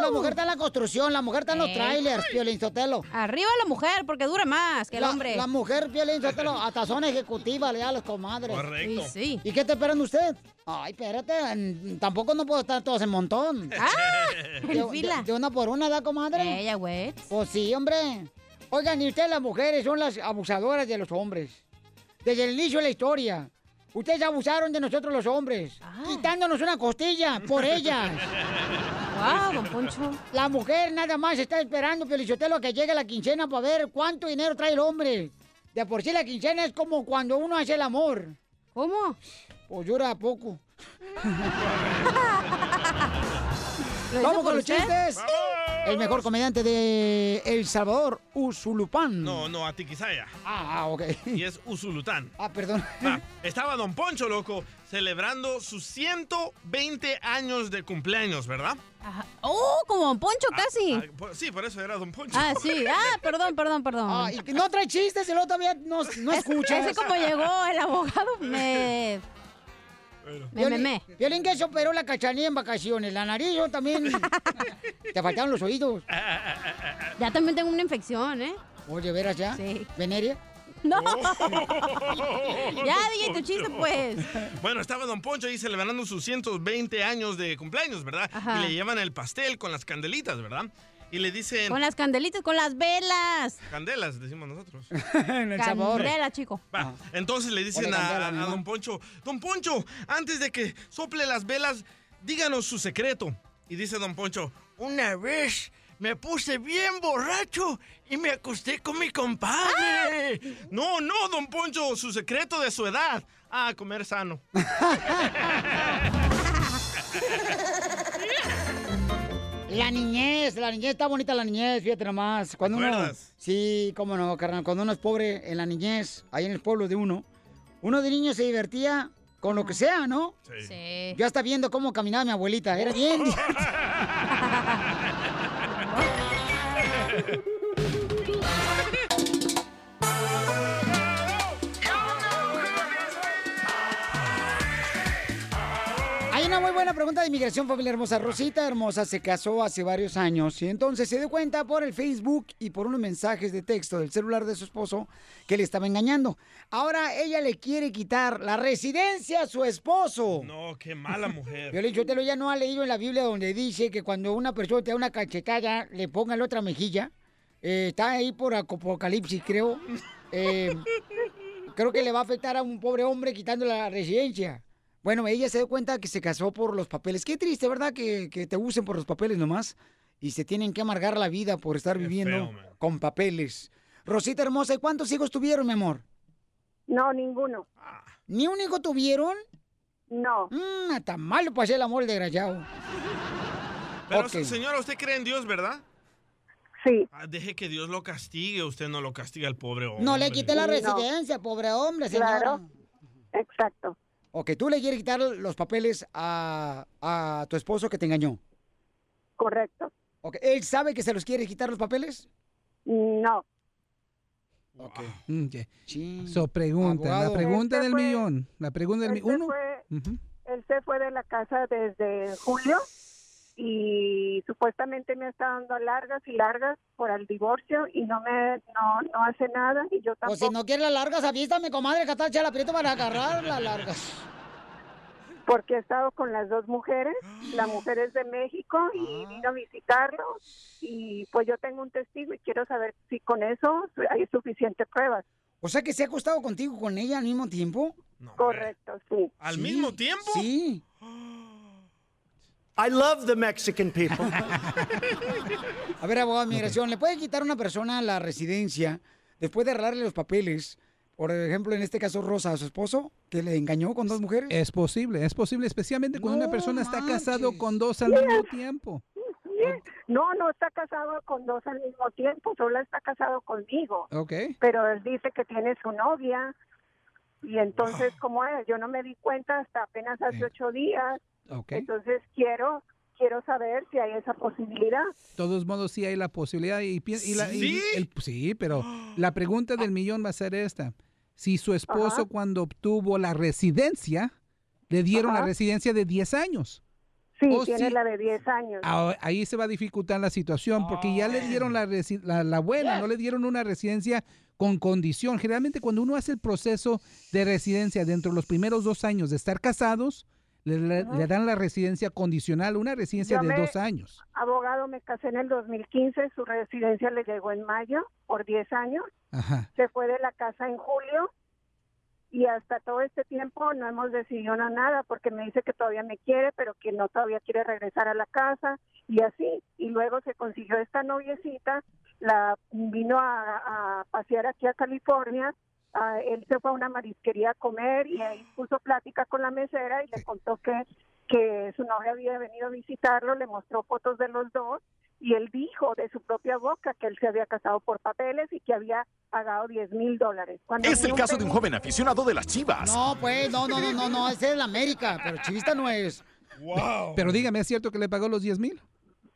La mujer está en la construcción, la mujer está en los
Eh.
trailers, Piolín Sotelo.
Arriba la mujer, porque dura más que el
La-
hombre.
La mujer, Piolín Sotelo, hasta son ejecutivas, le da a las comadres.
Correcto. Sí,
¿Y qué te esperan usted? Ay, espérate, mm, tampoco no puedo estar todos en montón. ¡Ah! De,
en fila.
de- de una por una, ¿da, comadre?
Ella, güey.
Pues sí, hombre. Oigan, y ustedes las mujeres son las abusadoras de los hombres. Desde el inicio de la historia. Ustedes abusaron de nosotros los hombres,
Ah.
quitándonos una costilla por ellas.
Guau, don Poncho.
La mujer nada más está esperando, Felicitelo, que llegue la quincena para ver cuánto dinero trae el hombre. De por sí la quincena es como cuando uno hace el amor.
¿Cómo?
Pues llora poco.
¿Lo hizo
Vamos
por
con los
usted?
chistes. El mejor comediante de El Salvador, Usulupán.
No, no, a Tiquisaya.
Ah, ok.
Y es Usulután.
Ah, perdón.
estaba Don Poncho, loco, celebrando sus 120 años de cumpleaños, ¿verdad?
Oh, como Don Poncho casi.
Ah, por- sí, por eso era Don Poncho.
Ah, sí. Ah, perdón, perdón, perdón.
Ah, y que no trae chistes y luego todavía no, no escuchas.
Ese como llegó el abogado, me... Me, me,
Violín-
me.
Violín que se operó la cachanilla en vacaciones. La nariz yo también. Te faltaron los oídos.
Ya también tengo una infección, ¿eh?
Oye, Oh, ¿veras ya?
Sí.
¿Veneria? Oh.
No. ya,
Don
DJ, tu
Poncho.
chiste, pues.
Bueno, estaba Don Poncho ahí celebrando sus 120 años de cumpleaños, ¿verdad?
Ajá.
Y le llevan el pastel con las candelitas, ¿verdad? Y le dicen...
Con las candelitas, con las velas.
Candelas, decimos nosotros.
Candela, chico.
Va, Entonces le dicen
Ponle
a,
candela,
a-
mi
a
amor.
Don Poncho, Don Poncho, antes de que sople las velas, díganos su secreto. Y dice Don Poncho,
Una vez me puse bien borracho y me acosté con mi compadre.
no, no, Don Poncho, su secreto de su edad. Ah, comer sano.
La niñez, la niñez, está bonita la niñez, fíjate nomás. Cuando uno,
acuerdas?
sí, cómo no, carnal. Cuando uno es pobre en la niñez, ahí en el pueblo de uno, uno de niño se divertía con lo que sea, ¿no?
Sí.
Yo hasta viendo cómo caminaba mi abuelita, era bien. Hay una muy buena pregunta de inmigración, familia hermosa. Rosita Hermosa se casó hace varios años y entonces se dio cuenta por el Facebook y por unos mensajes de texto del celular de su esposo que le estaba engañando. Ahora ella le quiere quitar la residencia a su esposo.
No, qué mala mujer.
Violín Sotelo ya no ha leído en la Biblia donde dice que cuando una persona te da una cachetada, le ponga la otra mejilla. Eh, está ahí por Apocalipsis, creo. Eh, creo que le va a afectar a un pobre hombre quitando la residencia. Bueno, ella se dio cuenta que se casó por los papeles. Qué triste, ¿verdad? Que, que te usen por los papeles nomás. Y se tienen que amargar la vida por estar viviendo con papeles. Rosita hermosa, ¿y cuántos hijos tuvieron, mi amor?
No, ninguno.
¿Ni un hijo tuvieron?
No.
Mmm, tan malo para hacer el amor desgraciado.
Pero,
Ok.
señora, usted cree en Dios, ¿verdad? Ah,
Sí.
deje que Dios lo castigue, usted no lo castiga al pobre hombre.
No le quite la
Sí, no.
residencia, pobre hombre, señora.
Claro. Exacto.
O que tú le quieres quitar los papeles a, a tu esposo que te engañó.
Correcto.
Ok, ¿Él sabe que se los quiere quitar los papeles?
No.
Ok.
Mm, So, pregunta,
Abogado.
la pregunta
Este
del
fue-
millón. La pregunta del
Él
millón.
se,
Uno.
fue,
Ujú.
él se fue de la casa desde julio y supuestamente me está dando largas y largas por el divorcio y no me no, no hace nada y yo
O Pues
tampoco.
si no quiere las largas, avísame, comadre, que está la prieto para agarrar las largas.
porque he estado con las dos mujeres, la mujer es de México y vino a visitarlo y pues yo tengo un testigo y quiero saber si con eso hay suficiente pruebas.
O sea que se ha acostado contigo con ella al mismo tiempo.
Correcto, sí.
¿Al
mismo tiempo? Sí.
I love the Mexican people.
A ver, abogado de migración, ¿le puede quitar a una persona la residencia después de arreglarle los papeles? Por ejemplo, en este caso, Rosa, a su esposo, que le engañó con dos mujeres.
Es posible, es posible, especialmente cuando una persona está casado con dos al
Mira.
mismo tiempo.
No, no está casado con dos al mismo tiempo, solo está casado conmigo.
Ok.
Pero él dice que tiene su novia y
Ah.
entonces, como es? Yo no me di cuenta hasta apenas hace ocho días.
Eh. Ok.
Entonces quiero quiero saber si hay esa posibilidad.
todos modos sí hay la posibilidad y, pi- y la- y
¿Sí?
el- pues sí, pero la pregunta del millón va a ser esta. Si su esposo
Ajá.
cuando obtuvo la residencia, le dieron la
Ajá.
residencia de 10 años.
Sí,
O
tiene
si-
la de 10 años.
Oh, Ah, Ahí se va a dificultar la situación porque ya le dieron la, resi- la, la buena, no le dieron una residencia con condición. Generalmente cuando uno hace el proceso de residencia dentro de los primeros dos años de estar casados, le, le-
Ajá.
le dan la residencia condicional, una residencia
Yo
de
me-
dos años.
Abogado, me casé en el 2015, su residencia le llegó en mayo por 10 años.
Ajá.
Se fue de la casa en julio y hasta todo este tiempo no hemos decidido na- nada porque me dice que todavía me quiere, pero que no todavía quiere regresar a la casa y así. Y luego se consiguió esta noviecita, la vino a, a pasear aquí a California. Ah, él se fue a una marisquería a comer y ahí puso plática con la mesera y le contó que que su novia había venido a visitarlo, le mostró fotos de los dos y él dijo de su propia boca que él se había casado por papeles y que había pagado 10 mil dólares. Cuando
Es
ni
el caso de un
penny-
joven aficionado de las chivas.
No, pues, no, no, no, no, no, ese es la América, pero chivista no es.
Pero dígame, ¿es cierto que le pagó los 10 mil?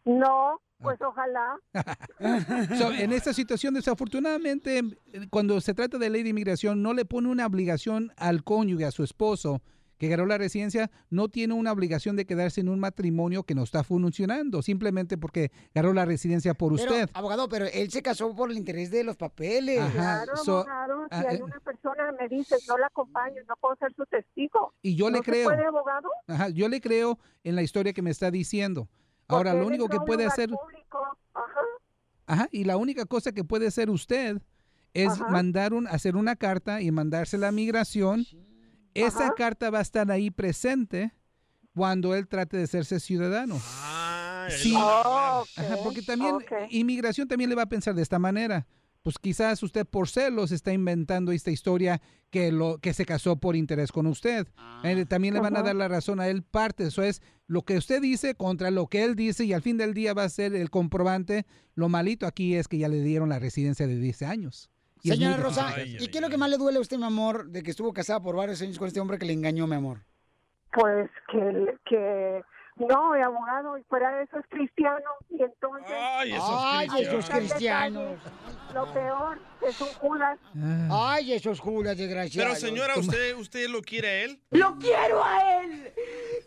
No, pues ojalá.
So, en esta situación, desafortunadamente, eh, cuando se trata de ley de inmigración, no le pone una obligación al cónyuge, a su esposo que ganó la residencia, no tiene una obligación de quedarse en un matrimonio que no está funcionando, simplemente porque ganó la residencia por
Pero,
usted.
abogado, pero él se casó por el interés de los papeles.
Ajá,
Claro,
so-
abogado, si
ah,
hay
eh.
una persona que me dice no la acompaño, no puedo ser su testigo.
Y yo le
¿No se
creo.
puede, abogado?
Ajá, yo le creo en la historia que me está diciendo. Ahora,
Porque
lo
él
único
entró
que
a un
puede
lugar
hacer...
público, ajá.
Ajá, y la única cosa que puede hacer usted es
Ajá.
mandar un, hacer una carta y mandársela a migración. Esa carta va a estar ahí presente cuando él trate de hacerse ciudadano. Sí.
Oh,
Ajá, porque también inmigración también le va a pensar de esta manera. Pues quizás usted por celos está inventando esta historia que lo que se casó por interés con usted. Eh, también le van a
Ajá.
dar la razón a él parte. Eso es lo que usted dice contra lo que él dice y al fin del día va a ser el comprobante. Lo malito aquí es que ya le dieron la residencia de 10 años. Y es muy
Señora Rosa,
difícil.
¿y qué es lo que más le duele a usted, mi amor, de que estuvo casada por varios años con este hombre que le engañó, mi amor?
Pues que, que no, el abogado, y fuera de eso es cristiano, y entonces...
Ay, esos Ay, esos cristianos.
Lo peor, es un Judas.
Ah. Ay, esos culas desgraciados.
Pero señora, ¿usted, usted lo quiere a él?
¡Lo quiero a él!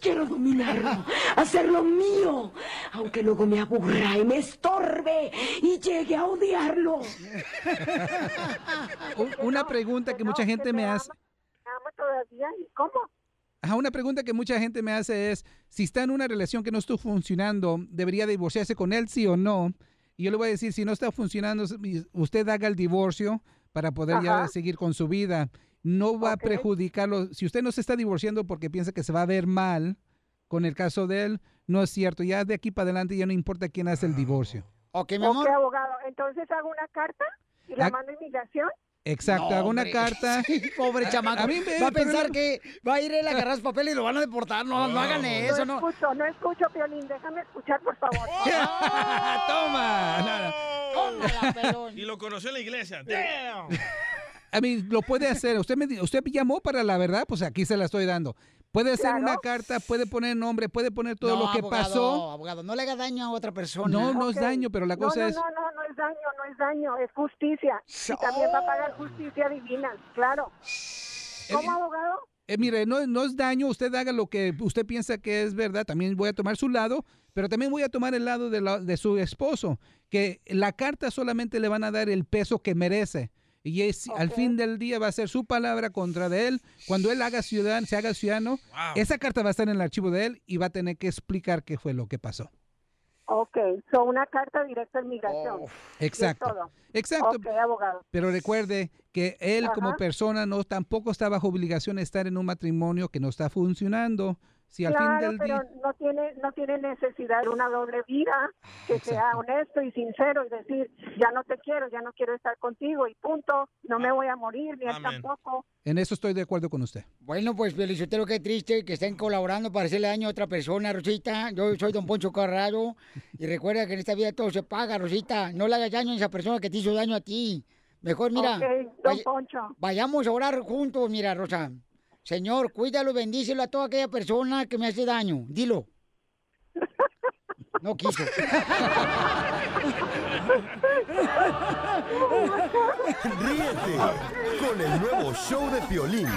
Quiero dominarlo, hacerlo mío, aunque luego me aburra y me estorbe y llegue a odiarlo.
U- Una pregunta que mucha gente me hace.
Me ama todavía, ¿y cómo?
Ajá, una pregunta que mucha gente me hace es, si está en una relación que no está funcionando, ¿debería divorciarse con él, sí o no? Y yo le voy a decir, si no está funcionando, usted haga el divorcio para poder ya
Ajá.
seguir con su vida. No va a perjudicarlo. Si usted no se está divorciando porque piensa que se va a ver mal con el caso de él, no es cierto. Ya de aquí para adelante ya no importa quién hace el divorcio.
Ok,
mi amor.
Ok, abogado, entonces hago una carta y la
Ah.
mando a inmigración.
Exacto, haga una
hombre.
carta.
Pobre chamaco.
Ah, A mí me-
va a
pero
pensar
no-
que va a ir él a agarrar sus papeles y lo van a deportar. No, no hagan eso,
no.
no.
escucho, no escucho, Piolín, déjame escuchar, por favor.
Toma. No, no.
Y lo conoció en la iglesia. Damn.
I mean, lo puede hacer. Usted me di- usted me llamó para la verdad, pues aquí se la estoy dando. Puede hacer
Claro.
una carta, puede poner nombre, puede poner todo
No,
lo que
abogado,
pasó.
Abogado, no le haga daño a otra persona.
No, no es Ok. daño, pero la
No,
cosa
no,
es-
no,
No, no, no es daño, no es daño, es justicia. Y también va a pagar justicia divina, claro. ¿Cómo abogado?
Eh, mire, no, no es daño, usted haga lo que usted piensa que es verdad, también voy a tomar su lado, pero también voy a tomar el lado de, la- de su esposo, que la carta solamente le van a dar el peso que merece. Y es, al fin del día va a ser su palabra contra de él. Cuando él haga ciudadano, se haga ciudadano, esa carta va a estar en el archivo de él y va a tener que explicar qué fue lo que pasó.
Ok, son una carta directa de migración. Y es
Exacto.
todo.
Exacto.
Ok, abogado.
Pero recuerde que él como
Ajá.
persona no tampoco está bajo obligación de estar en un matrimonio que no está funcionando. Si al
claro,
fin del
pero
día... Ah,
no tiene no tiene necesidad de una doble vida que sea honesto y sincero y decir ya no te quiero ya no quiero estar contigo y punto no
Ah.
me voy a morir ni él tampoco
En eso estoy de acuerdo con usted.
Bueno, pues, Felicitero, qué triste que estén colaborando para hacerle daño a otra persona, Rosita. Yo soy Don Poncho Carraro. Y recuerda que en esta vida todo se paga, Rosita. No le hagas daño a esa persona que te hizo daño a ti. Mejor, mira.
Ok, Don Poncho.
Vayamos a orar juntos, mira, Rosa. Señor, cuídalo, bendícelo a toda aquella persona que me hace daño. Dilo. No quiso.
Ríete con el nuevo show de Piolín.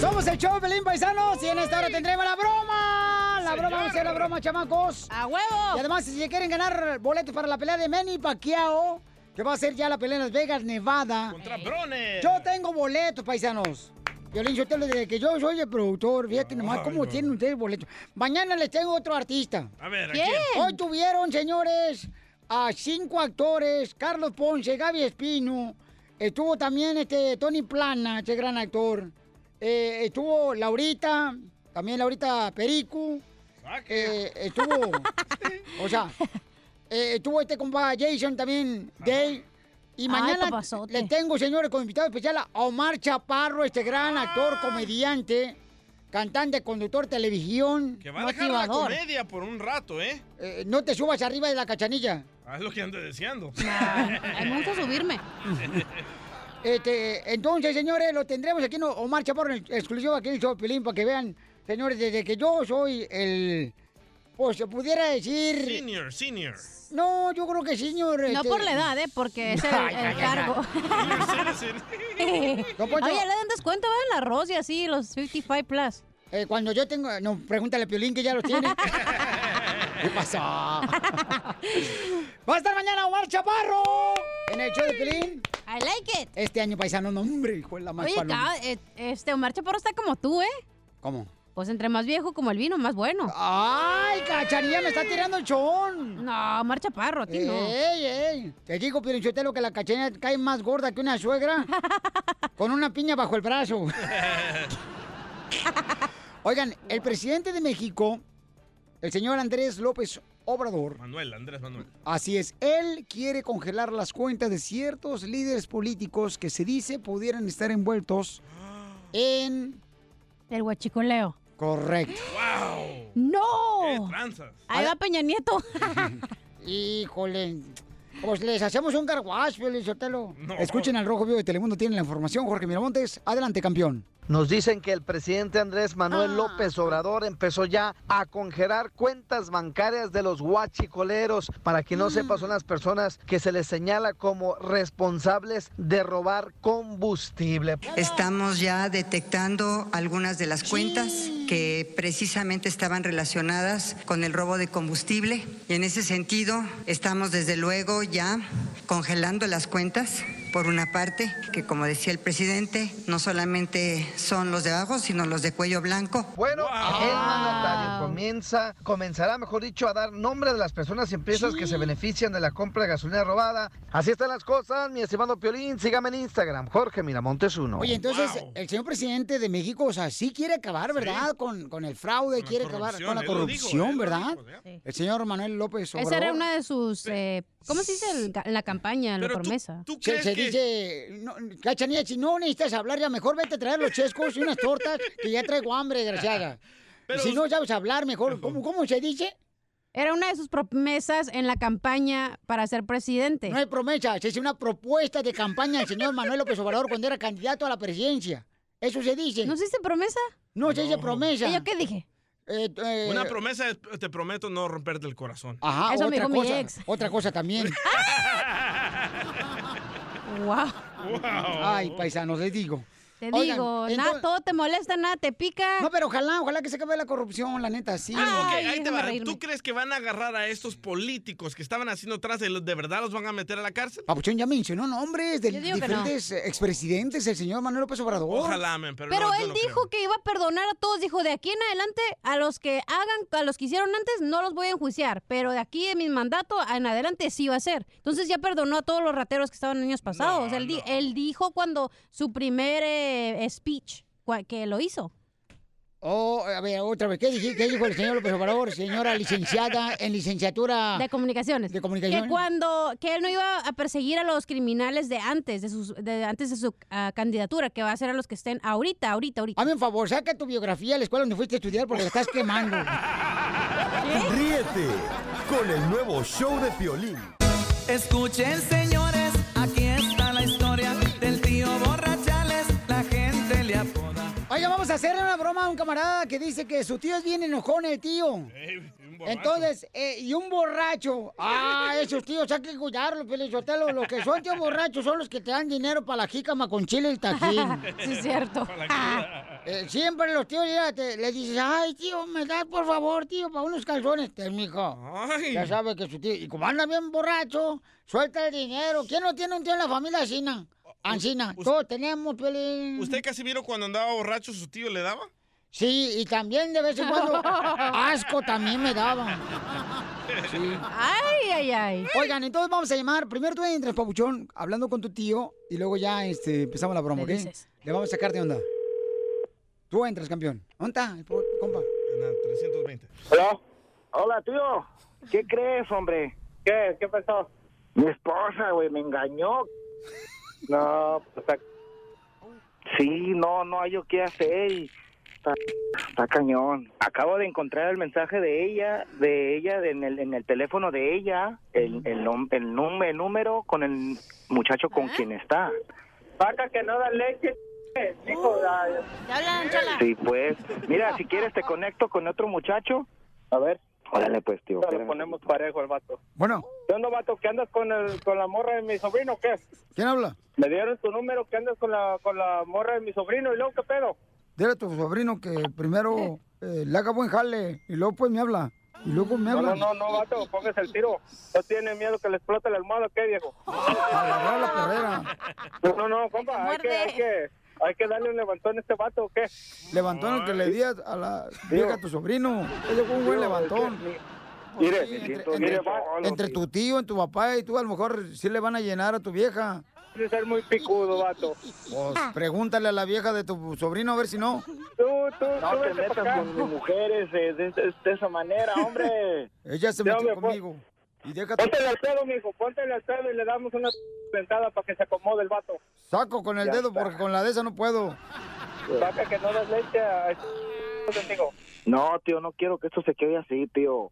Somos el show de Pelín Paisanos y en esta hora tendremos la broma. La broma, vamos a hacer la broma, chamacos.
¡A huevo!
Y además, si se quieren ganar boletos para la pelea de Manny Pacquiao, que va a ser ya la pelea en Las Vegas, Nevada.
Contra Broner.
Yo tengo boletos, paisanos. Violín, yo te lo diré, que yo soy el productor. Fíjate nomás cómo tienen ustedes boletos. Mañana les tengo otro artista.
A ver, ¿a quién? ¿Quién?
Hoy tuvieron, señores, a cinco actores. Carlos Ponce, Gaby Espino. Estuvo también este Tony Plana, este gran actor. Eh, estuvo Laurita, también Laurita Perico.
Ah,
Eh, estuvo, o sea, eh, estuvo este compa Jason también, Day. Y
Ay,
mañana
papazote.
le tengo, señores, como invitado especial a Omar Chaparro, este gran
Ah.
actor, comediante, cantante, conductor, televisión,
Que va a dejar la
motivador.
comedia por un rato, ¿eh?
Eh, no te subas arriba de la cachanilla.
Ah, es lo que ando deseando.
me gusta subirme. Este, entonces, señores, lo tendremos aquí en Omar Chaparro, en exclusivo aquí en el show de Piolín, para que vean, señores, desde que yo soy el, pues se pudiera decir...
Senior, senior.
No, yo creo que este señor.
No por la edad, ¿eh? Porque es el- el cargo.
Don Poncho.
Oye, le dan descuento, va en arroz y así, los 55 plus.
Eh, cuando yo tengo. No, pregúntale a Piolín que ya los tiene. ¿Qué pasó? Va a estar mañana Omar Chaparro en el show de Piolín.
I like it.
Este año paisano, no, hombre, hijo de la más
Oye,
paloma.
ca- eh, este Omar Chaparro está como tú, ¿eh?
¿Cómo?
Pues entre más viejo como el vino, más bueno.
¡Ay, cachanilla, me está tirando el chon!
No, Omar Chaparro, a ti no.
Ey, ey. Te digo, Pirinchotelo, que la cachanilla cae más gorda que una suegra con una piña bajo el brazo. Oigan, el presidente de México, el señor Andrés López Obrador,
Manuel, Andrés Manuel.
así es, él quiere congelar las cuentas de ciertos líderes políticos que se dice pudieran estar envueltos en...
El huachicoleo.
Correcto.
¡Wow!
¡No!
Tranzas.
Ahí va Peña Nieto.
Híjole. Pues les hacemos un carguash, Piolichotelo.
No.
Escuchen al Rojo Vivo de Telemundo, tienen la información. Jorge Miramontes, adelante, campeón. Ah.
Nos dicen que el presidente Andrés Manuel López Obrador empezó ya a congelar cuentas bancarias de los huachicoleros. Para quien
Mm.
no sepa, son las personas que se les señala como responsables de robar combustible.
Estamos ya detectando algunas de las cuentas que precisamente estaban relacionadas con el robo de combustible. Y en ese sentido, estamos desde luego ya congelando las cuentas, por una parte, que como decía el presidente, no solamente son los de abajo, sino los de cuello blanco.
Bueno, el mandatario comienza, comenzará, mejor dicho, a dar nombre de las personas y empresas que se benefician de la compra de gasolina robada. Así están las cosas, mi estimado Piolín. Sígame en Instagram, Jorge Miramontes 1.
Oye, entonces, el señor presidente de México, o sea, sí quiere acabar, ¿verdad? Con, con el fraude, quiere acabar
corrupción,
con la
él lo dijo,
corrupción,
él lo
eh, ¿verdad? El señor Manuel López Obrador.
Esa era una de sus. eh, ¿Cómo se dice el ga- la campaña, la promesa?
se, se dice, no, Cachanilla, si no necesitas hablar, ya mejor vete a traer los chescos y unas tortas, que ya traigo hambre, desgraciada. Y si no sabes hablar, mejor, ¿cómo, cómo se dice?
Era una de sus promesas en la campaña para ser presidente.
No hay promesa, se hizo una propuesta de campaña del señor Manuel López Obrador cuando era candidato a la presidencia. Eso se dice. ¿No
se dice promesa?
No, se dice promesa.
¿Y yo qué dije?
Eh, eh,
Una promesa es, te prometo no romperte el corazón.
Ajá, otra cosa, Otra cosa también.
wow.
Ay, paisanos, les digo.
Te
Oigan,
digo, nada,
entonces-
todo te molesta, nada te pica.
No, pero ojalá, ojalá que se acabe la corrupción, la neta, sí.
Ah, Ok, ahí te va. ¿Tú crees que van a agarrar a estos políticos que estaban haciendo tranza y los- de verdad los van a meter a la cárcel?
Papuchón ya mencionó nombres de
Yo digo que no.
diferentes eh, expresidentes, el señor Manuel López Obrador.
Ojalá, men, pero,
Pero
no, yo
él
no creo.
dijo que iba a perdonar a todos. Dijo, de aquí en adelante, a los que hagan, a los que hicieron antes, no los voy a enjuiciar. Pero de aquí de mi mandato en adelante sí va a ser. Entonces ya perdonó a todos los rateros que estaban años pasados. él, di- él dijo cuando su primer eh, speech cua- que lo hizo.
Oh, a ver, otra vez, ¿qué dije- qué dijo, el señor López Obrador, señora licenciada en licenciatura?
De comunicaciones.
De
Que
comunicaciones.
cuando, que él no iba a perseguir a los criminales de antes, de sus, de antes de su ah, candidatura, que va a ser a los que estén ahorita, ahorita, ahorita.
Hazme un favor, saca tu biografía de la escuela donde fuiste a estudiar porque la estás quemando.
Ríete con el nuevo show de Piolín.
Escuchen señores, aquí está la historia del tío Borrachales, la gente le apoda.
Oiga, vamos a hacerle una broma a un camarada que dice que su tío es bien enojón, el tío. Entonces, eh, y un borracho. Ah, esos tíos hay que cuidarlos, Pelizotelo. Los que son tíos borrachos son los que te dan dinero para la jícama con chile y el tajín.
Sí, es cierto. Para la cruda.
Eh, siempre los tíos ya te, le dices, ay, tío, me das por favor, tío, para unos calzones. Ten, mijo.
Ay.
Ya sabe que su tío, y como anda bien borracho, suelta el dinero. ¿Quién no tiene un tío en la familia Ancina? Ancina, todos tenemos, Pelín.
¿Usted, Casimiro, cuando andaba borracho, su tío le daba?
Sí, y también de vez en cuando asco también me daba.
Ay, ay, ay.
Oigan, entonces vamos a llamar. Primero tú entras, Pabuchón, hablando con tu tío y luego ya este, empezamos la broma,
Le
¿ok?
dices.
Le vamos a sacar de onda. Tú entras, campeón. ¿Dónde está el po- compa?
En la 320.
Hola. Hola, tío. ¿Qué crees, hombre? ¿Qué? ¿Qué pasó? Mi esposa, güey, me engañó. No, pues está... Sí, no, no hay yo qué hacer. y Está, está cañón. Acabo de encontrar el mensaje de ella, de ella, de- en, el, en el teléfono de ella, el, el, nom- el, num- el número con el muchacho con quien está.
Vaca que no da leche, hijo. hablan,
Sí, pues. Mira, si quieres te conecto con otro muchacho.
A ver.
Órale, pues, tío.
Lo ponemos parejo al vato.
Bueno.
¿Qué onda, vato? ¿Qué andas con, el, con la morra de mi sobrino o qué?
¿Quién habla?
Me dieron tu número, ¿qué andas con la, con la morra de mi sobrino? ¿Y luego qué pedo?
Dile a tu sobrino que primero eh, le haga buen jale y luego pues me habla. Y luego me
No,
habla.
no, no, no, vato, pongas el tiro. No tiene miedo que le explote la almohada, ¿qué, viejo? No, no, no, compa, hay que, hay que, hay que darle un levantón a este vato, ¿o qué?
Levantón el que le di a, a la vieja a tu sobrino. Ella fue un buen
Tío, es que
levantón.
mi-
Sí,
Mire, me
entre,
siento
entre-
bien solo,
entre
tío.
tu tío, en tu papá y tú, a lo mejor sí le van a llenar a tu vieja.
Tienes que ser muy picudo, vato.
Pues pregúntale a la vieja de tu sobrino a ver si no.
Tú, tú,
No
tú
te
vete pa'
metas
acá.
con mis mujeres eh, de, de- de esa manera, hombre.
Ella se
Ya
metió
me fue.
conmigo. Y déjate.
Póntele al pedo, mijo, póntele al pedo y le damos una sentada para que se acomode el vato.
Saco con el
Ya
dedo
está.
porque con la de esa no puedo.
Vaca que no das leche a... contigo.
No, tío, no quiero que esto se quede así, tío.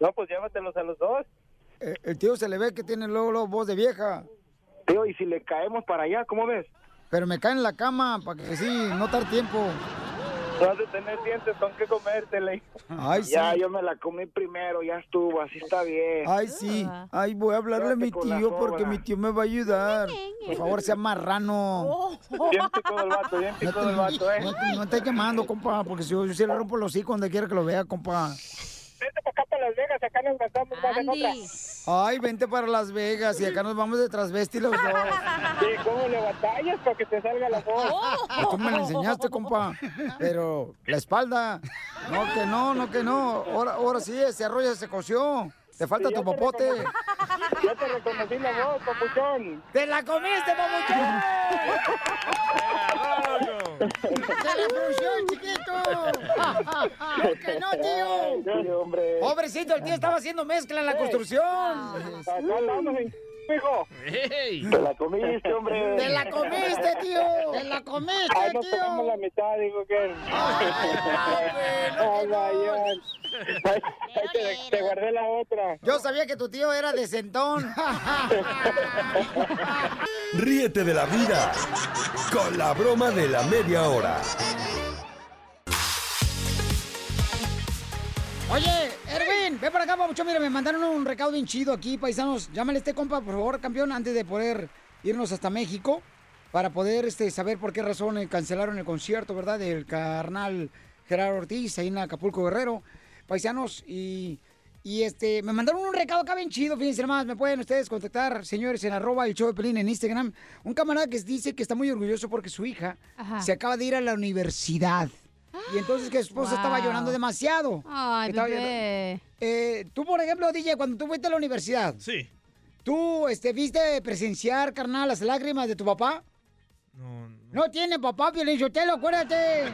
No, pues llévatelos a los dos.
Eh, El tío se le ve que tiene luego, luego voz de vieja.
Tío, ¿y si le caemos para allá? ¿Cómo ves?
Pero me cae en la cama para que sí, no tar tiempo.
No has de tener dientes con qué comértela.
Ay, sí.
Ya, yo me la comí primero, ya estuvo, así está bien.
Ay, sí. Ay, voy a hablarle a mi
Ah. Quédate con la
tío porque
sobra.
mi tío me va a ayudar. Por favor, sea marrano.
Bien picudo el vato, bien
No
picudo
te-
Oh. el vato, eh.
No, te- no te llamando, compa, porque si yo, yo se le rompo los hijos donde quiera que lo vea, compa.
Acá para Las Vegas, acá nos gastamos más en otra.
Ay, vente para Las Vegas y acá nos vamos de transvesti los dos.
Sí, ¿cómo le batallas para que te salga la voz?
Pues tú me la enseñaste, compa. Pero la espalda. No, que no, no, que no. Ahora, ahora sí, ese arroyo se coció. Te falta
Sí,
tu
ya te
popote.
Ya te reconocí la voz, papuchón.
¡Te la comiste,
papuchón!
¡Se la frunció el chiquito! ¡No, que no, tío!
Sí, hombre.
Pobrecito, el tío estaba haciendo mezcla en la construcción.
Acá andamos en-
mijo? Te la comiste, hombre.
¡Te la comiste, tío! ¡Te la comiste,
Ay, no
tío!
tenemos la mitad, dijo que. Ay, Bayón. Ay, ay, te- Te guardé la otra.
Yo sabía que tu tío era de sentón.
Ríete de la vida con la broma de la media hora.
Oye, Erwin, ve para acá, mucho. Mira, me mandaron un recado bien chido aquí, paisanos. Llámale a este compa, por favor, campeón, antes de poder irnos hasta México para poder este, saber por qué razón eh, cancelaron el concierto, ¿verdad? Del carnal Gerardo Ortiz ahí en Acapulco Guerrero. Paisanos, y, y este, me mandaron un recado acá bien chido, fíjense nomás, me pueden ustedes contactar, señores, en arroba el show de Pelín en Instagram. Un camarada que dice que está muy orgulloso porque su hija
Ajá.
se acaba de ir a la universidad. Y entonces que su esposa estaba
Wow.
llorando demasiado.
Ay,
Estaba llorando.
bebé.
Eh, tú, por ejemplo, DJ, cuando tú fuiste a la universidad.
Sí.
¿Tú este, viste presenciar, carnal, las lágrimas de tu papá? No, no. tiene papá, Piolín Sotelo, acuérdate.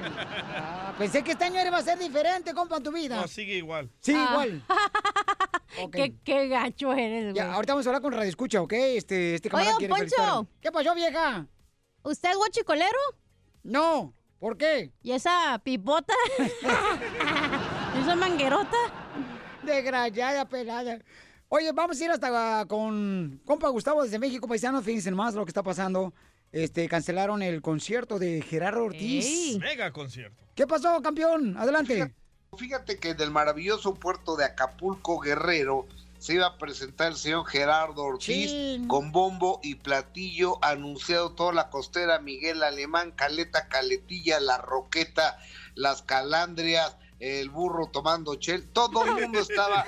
Ah, pensé que este año iba a ser diferente, compa, en tu vida.
No, sigue igual.
Sí, igual. ¿Qué, gacho eres, Ya, ahorita vamos a hablar con Radio Escucha, ¿ok? Este, este camarada
Oigan,
quiere
Poncho.
felicitar. ¿Qué pasó, vieja?
¿Usted es guachicolero?
No. ¿Por qué?
¿Y esa pipota? ¿Y esa manguerota?
Desgraciada, pelada. Oye, vamos a ir hasta ah, con compa Gustavo desde México, paisanos. Fíjense más lo que está pasando. Este, cancelaron el concierto de Gerardo Ortiz.
Mega concierto.
¿Qué pasó, campeón? Adelante.
Fíjate que en el maravilloso puerto de Acapulco Guerrero se iba a presentar el señor Gerardo Ortiz
Chin.
con bombo y platillo anunciado toda la costera, Miguel Alemán, Caleta, Caletilla, La Roqueta, Las Calandrias, el burro tomando chel, todo el mundo estaba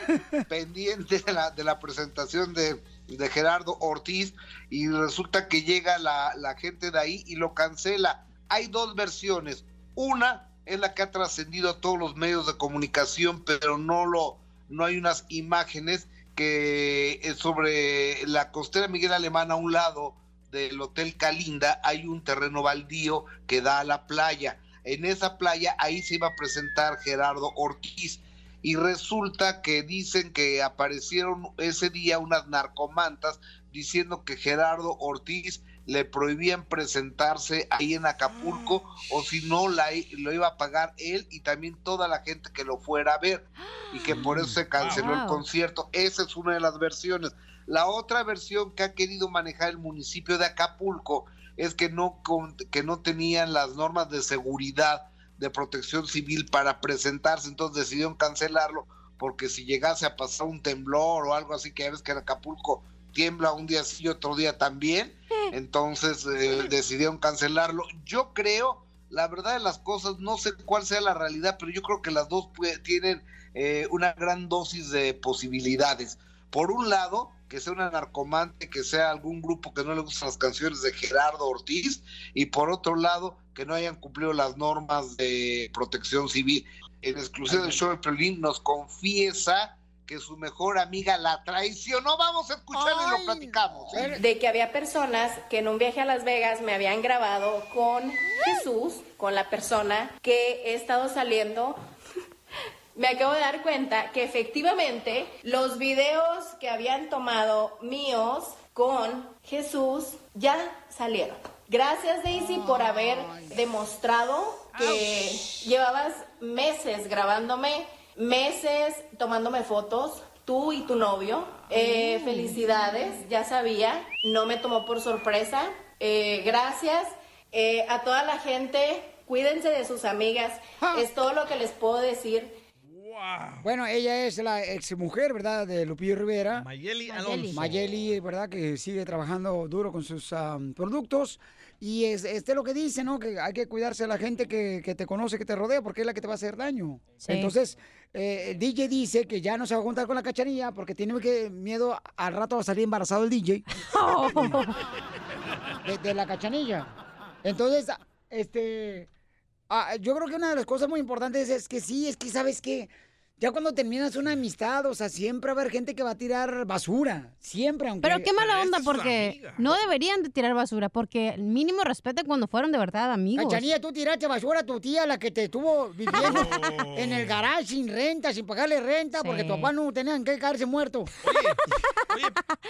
pendiente de la, de la presentación de, de Gerardo Ortiz y resulta que llega la, la gente de ahí y lo cancela. Hay dos versiones. Una es la que ha trascendido a todos los medios de comunicación, pero no lo, no hay unas imágenes que eh, sobre la costera Miguel Alemán a un lado del Hotel Calinda hay un terreno baldío que da a la playa. En esa playa ahí se iba a presentar Gerardo Ortiz y resulta que dicen que aparecieron ese día unas narcomantas diciendo que Gerardo Ortiz le prohibían presentarse ahí en Acapulco o si no la, i- lo iba a pagar él y también toda la gente que lo fuera a ver y que por eso se canceló el
Wow.
concierto. Esa es una de las versiones. La otra versión que ha querido manejar el municipio de Acapulco es que no, con- que no tenían las normas de seguridad de protección civil para presentarse, entonces decidieron cancelarlo porque si llegase a pasar un temblor o algo así, que ya ves que en Acapulco tiembla un día sí, otro día también, entonces eh, decidieron cancelarlo. Yo creo, la verdad de las cosas, no sé cuál sea la realidad, pero yo creo que las dos pue- tienen eh, una gran dosis de posibilidades. Por un lado, que sea una narcomante, que sea algún grupo que no le gustan las canciones de Gerardo Ortiz, y por otro lado, que no hayan cumplido las normas de protección civil. En exclusiva del show de Piolín nos confiesa que su mejor amiga la traicionó. Vamos a escucharle y lo platicamos. ¿eh? ¿sí?
de que había personas que en un viaje a Las Vegas me habían grabado con Jesús, con la persona que he estado saliendo. Me acabo de dar cuenta que efectivamente los videos que habían tomado míos con Jesús ya salieron. Gracias Daisy por haber demostrado que llevabas meses grabándome, meses tomándome fotos, tú y tu novio. Eh, Mm. felicidades, ya sabía, no me tomó por sorpresa. Eh, gracias Eh, a toda la gente, cuídense de sus amigas, es todo lo que les puedo decir.
Bueno, ella es la exmujer, ¿verdad? De Lupillo Rivera.
Mayeli Alonso.
Mayeli, ¿verdad? Que sigue trabajando duro con sus am, productos. Y es, este lo que dice, ¿no? Que hay que cuidarse de la gente que, que te conoce, que te rodea, porque es la que te va a hacer daño.
Sí.
Entonces, eh, el DJ dice que ya no se va a juntar con la cacharilla porque tiene que- miedo al rato va a salir embarazado el DJ. de, de la cachanilla. Entonces, este, ah, yo creo que una de las cosas muy importantes es que sí, es que sabes que Ya cuando terminas una amistad, o sea, siempre va a haber gente que va a tirar basura. Siempre, aunque.
Pero qué mala onda, porque no deberían de tirar basura, porque el mínimo respete cuando fueron de verdad amigos.
Cachanilla, tú tiraste basura a tu tía, la que te estuvo viviendo en el garage sin renta, sin pagarle renta, porque
Sí.
tu papá no tenían que caerse muerto.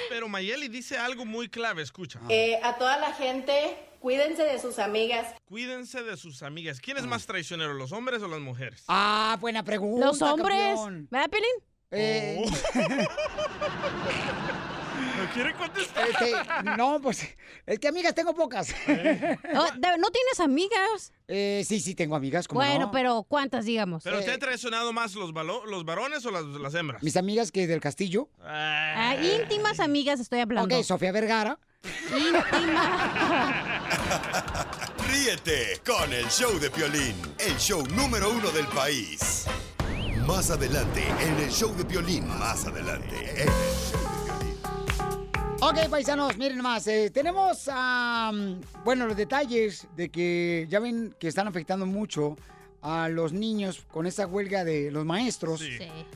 Pero Mayeli dice algo muy clave, escucha.
Eh, a toda la gente, cuídense de sus amigas.
Cuídense de sus amigas. ¿Quién
Mm.
es más traicionero, los hombres o las mujeres?
Ah, buena pregunta.
Los hombres.
campeón.
¿Verdad, Pelín?
Eh,
¿No quiere contestar?
este, no, pues, es que amigas tengo pocas.
Eh. Oh, ¿No tienes amigas?
Eh, sí, sí, tengo amigas. ¿cómo
Bueno, pues
no?
pero ¿cuántas, digamos?
¿Pero
Eh,
usted ha traicionado más los, valo- los varones o las, las hembras?
Mis amigas que del castillo.
ah, íntimas amigas estoy hablando.
Ok, Sofía Vergara.
Íntimas.
Ríete con el show de Piolín, el show número uno del país. Más adelante, en el show de Piolín, más adelante. en el
Ok, paisanos, miren más. eh, tenemos, am, bueno, los detalles de que ya ven que están afectando mucho a los niños con esa huelga de los maestros,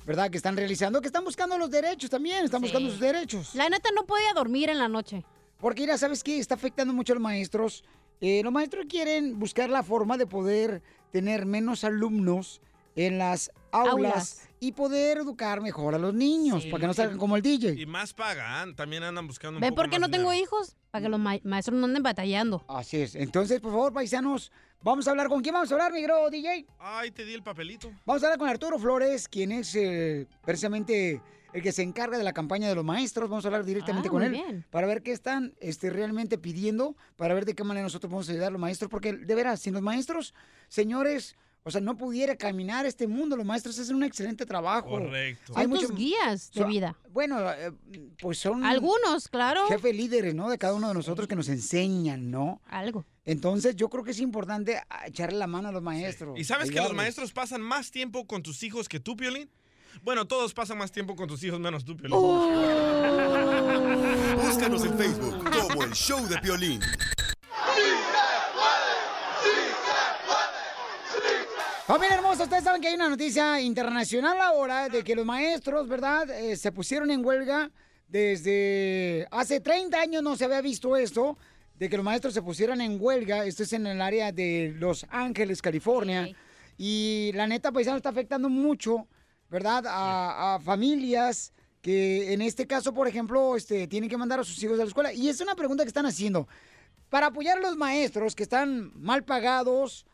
¿verdad? Que están realizando, que están buscando los derechos también, están buscando sus derechos.
La neta no podía dormir en la noche.
Porque mira, ¿sabes qué? Está afectando mucho a los maestros. Eh, los maestros quieren buscar la forma de poder tener menos alumnos en las aulas,
Aulas.
y poder educar mejor a los niños,
Sí.
para que no salgan como el DJ.
Y más pagan, también andan buscando un
¿Ves
poco
por qué
más
no tengo
dinero.
hijos? Para que los ma- maestros no anden batallando.
Así es. Entonces, por favor, paisanos, vamos a hablar. ¿Con quién vamos a hablar, mi gro DJ?
Ay, te di el papelito.
Vamos a hablar con Arturo Flores, quien es eh, precisamente el que se encarga de la campaña de los maestros. Vamos a hablar directamente
Ah,
con
muy
él
bien.
para ver qué están este, realmente pidiendo, para ver de qué manera nosotros podemos ayudar a los maestros. Porque, de veras, sin los maestros, señores, o sea, no pudiera caminar este mundo. Los maestros hacen un excelente trabajo.
Correcto.
Son tus guías de
son-
vida.
Bueno, eh, pues son...
Algunos, claro.
Jefes líderes, ¿no? De cada uno de nosotros que nos enseñan, ¿no?
Algo.
Entonces, yo creo que es importante ah, echarle la mano a los maestros.
¿Y sabes que los
ayudarles.
maestros pasan más tiempo con tus hijos que tú, Piolín? Bueno, todos pasan más tiempo con tus hijos menos tú, Piolín.
Oh.
show. Búscanos en Facebook como el show de Piolín.
Familia hermosa, ustedes saben que hay una noticia internacional ahora de que los maestros, ¿verdad? Eh, se pusieron en huelga desde hace 30 años no se había visto esto, de que los maestros se pusieran en huelga. Esto es en el área de Los Ángeles, California. Y la neta, paisano, está afectando mucho, ¿verdad? A, a familias que en este caso, por ejemplo, este, tienen que mandar a sus hijos a la escuela. Y es una pregunta que están haciendo. Para apoyar a los maestros que están mal pagados,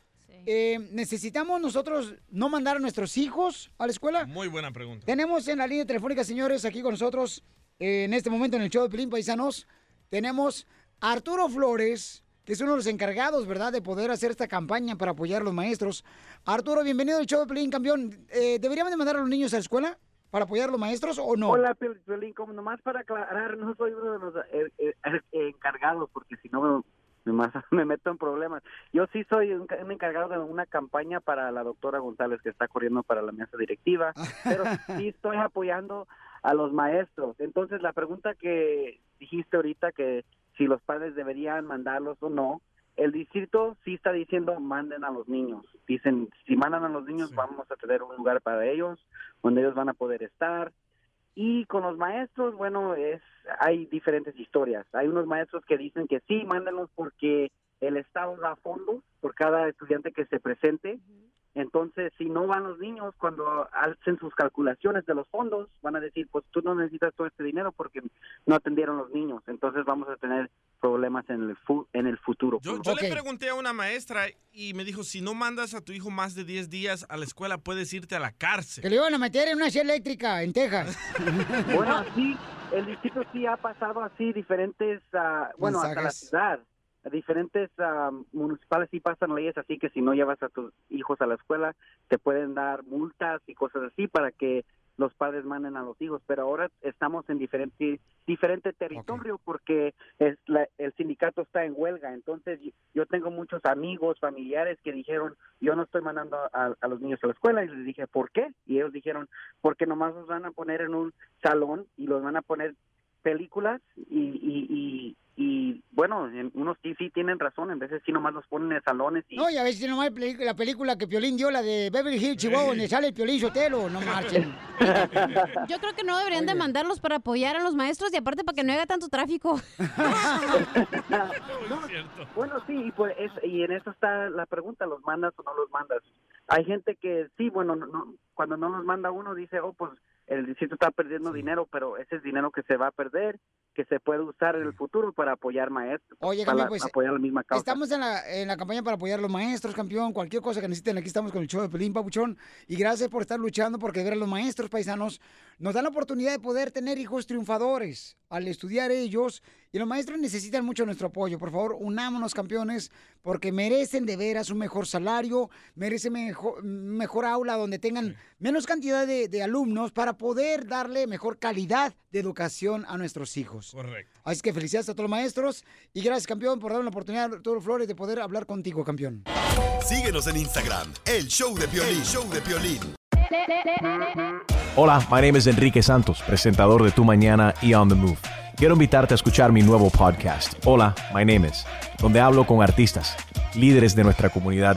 eh, ¿necesitamos nosotros no mandar a nuestros hijos a la escuela?
Muy buena pregunta.
Tenemos en la línea telefónica, señores, aquí con nosotros, eh, en este momento en el show de Pelín Paisanos, tenemos a Arturo Flores, que es uno de los encargados, ¿verdad?, de poder hacer esta campaña para apoyar a los maestros. Arturo, bienvenido al show de Pelín, campeón. Eh, ¿Deberíamos de mandar a los niños a la escuela para apoyar a los maestros o no?
Hola, Piol- Piolín, como nomás para aclarar, no soy uno de los eh, eh, eh, encargados, porque si no me, me ma- me meto en problemas. Yo sí soy un, ca- un encargado de una campaña para la doctora González, que está corriendo para la mesa directiva, pero sí estoy apoyando a los maestros. Entonces, la pregunta que dijiste ahorita, que si los padres deberían mandarlos o no, el distrito sí está diciendo manden a los niños. Dicen, si mandan a los niños, vamos a tener un lugar para ellos, donde ellos van a poder estar. Y con los maestros, bueno, es hay diferentes historias. Hay unos maestros que dicen que sí, mándanos porque el Estado da fondos por cada estudiante que se presente. Entonces, si no van los niños, cuando alcen sus calculaciones de los fondos, van a decir, pues tú no necesitas todo este dinero porque no atendieron los niños. Entonces vamos a tener problemas en el, fu- en el futuro.
Yo le pregunté a una maestra y me dijo, si no mandas a tu hijo más de 10 días a la escuela, puedes irte a la cárcel.
Que le iban a meter en una silla eléctrica en Texas.
Bueno, sí, el distrito sí ha pasado así diferentes, ah, bueno, hasta la
Mensajes.
ciudad, a diferentes ah, municipales sí pasan leyes así que si no llevas a tus hijos a la escuela te pueden dar multas y cosas así para que los padres manden a los hijos, pero ahora estamos en diferente diferente territorio porque es la- el sindicato está en huelga, entonces y- yo tengo muchos amigos, familiares que dijeron yo no estoy mandando a, a los niños a la escuela y les dije ¿por qué? y ellos dijeron porque nomás los van a poner en un salón y los van a poner películas y, y, y y bueno, en- unos sí, sí tienen razón, en veces sí nomás los ponen en salones y
No, y a veces nomás peli- la película que Piolín dio, la de Beverly Hills, Chihuahua, donde sale el Piolín Sotelo, no marchen.
Yo creo que no deberían de mandarlos para apoyar a los maestros y aparte para que no haya tanto tráfico.
Bueno, sí, y, pues, es- y en eso está la pregunta, ¿los mandas o no los mandas? Hay gente que sí, bueno, no- no- cuando no los manda uno dice, oh, pues el distrito está perdiendo dinero, pero ese es dinero que se va a perder, que se puede usar en el futuro para apoyar maestros,
Oye,
para
campeón, pues,
apoyar la misma causa.
Estamos en la, en la campaña para apoyar a los maestros, campeón. Cualquier cosa que necesiten, aquí estamos con el show de Pelín Papuchón. Y gracias por estar luchando porque de ver a los maestros paisanos nos dan la oportunidad de poder tener hijos triunfadores al estudiar ellos. Y los maestros necesitan mucho nuestro apoyo. Por favor, unámonos, campeones, porque merecen de veras un mejor salario, merecen mejor, mejor aula donde tengan menos cantidad de, de alumnos para poder darle mejor calidad de educación a nuestros hijos.
Correcto.
Así que felicidades a todos los maestros y gracias, campeón, por darme la oportunidad, Arturo Flores, de poder hablar contigo, campeón.
Síguenos en Instagram, el show de Piolín. El show de Piolín.
Hola, my name is Enrique Santos, presentador de Tu Mañana y On the Move. Quiero invitarte a escuchar mi nuevo podcast, Hola, my name is, donde hablo con artistas, líderes de nuestra comunidad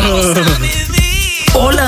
Hola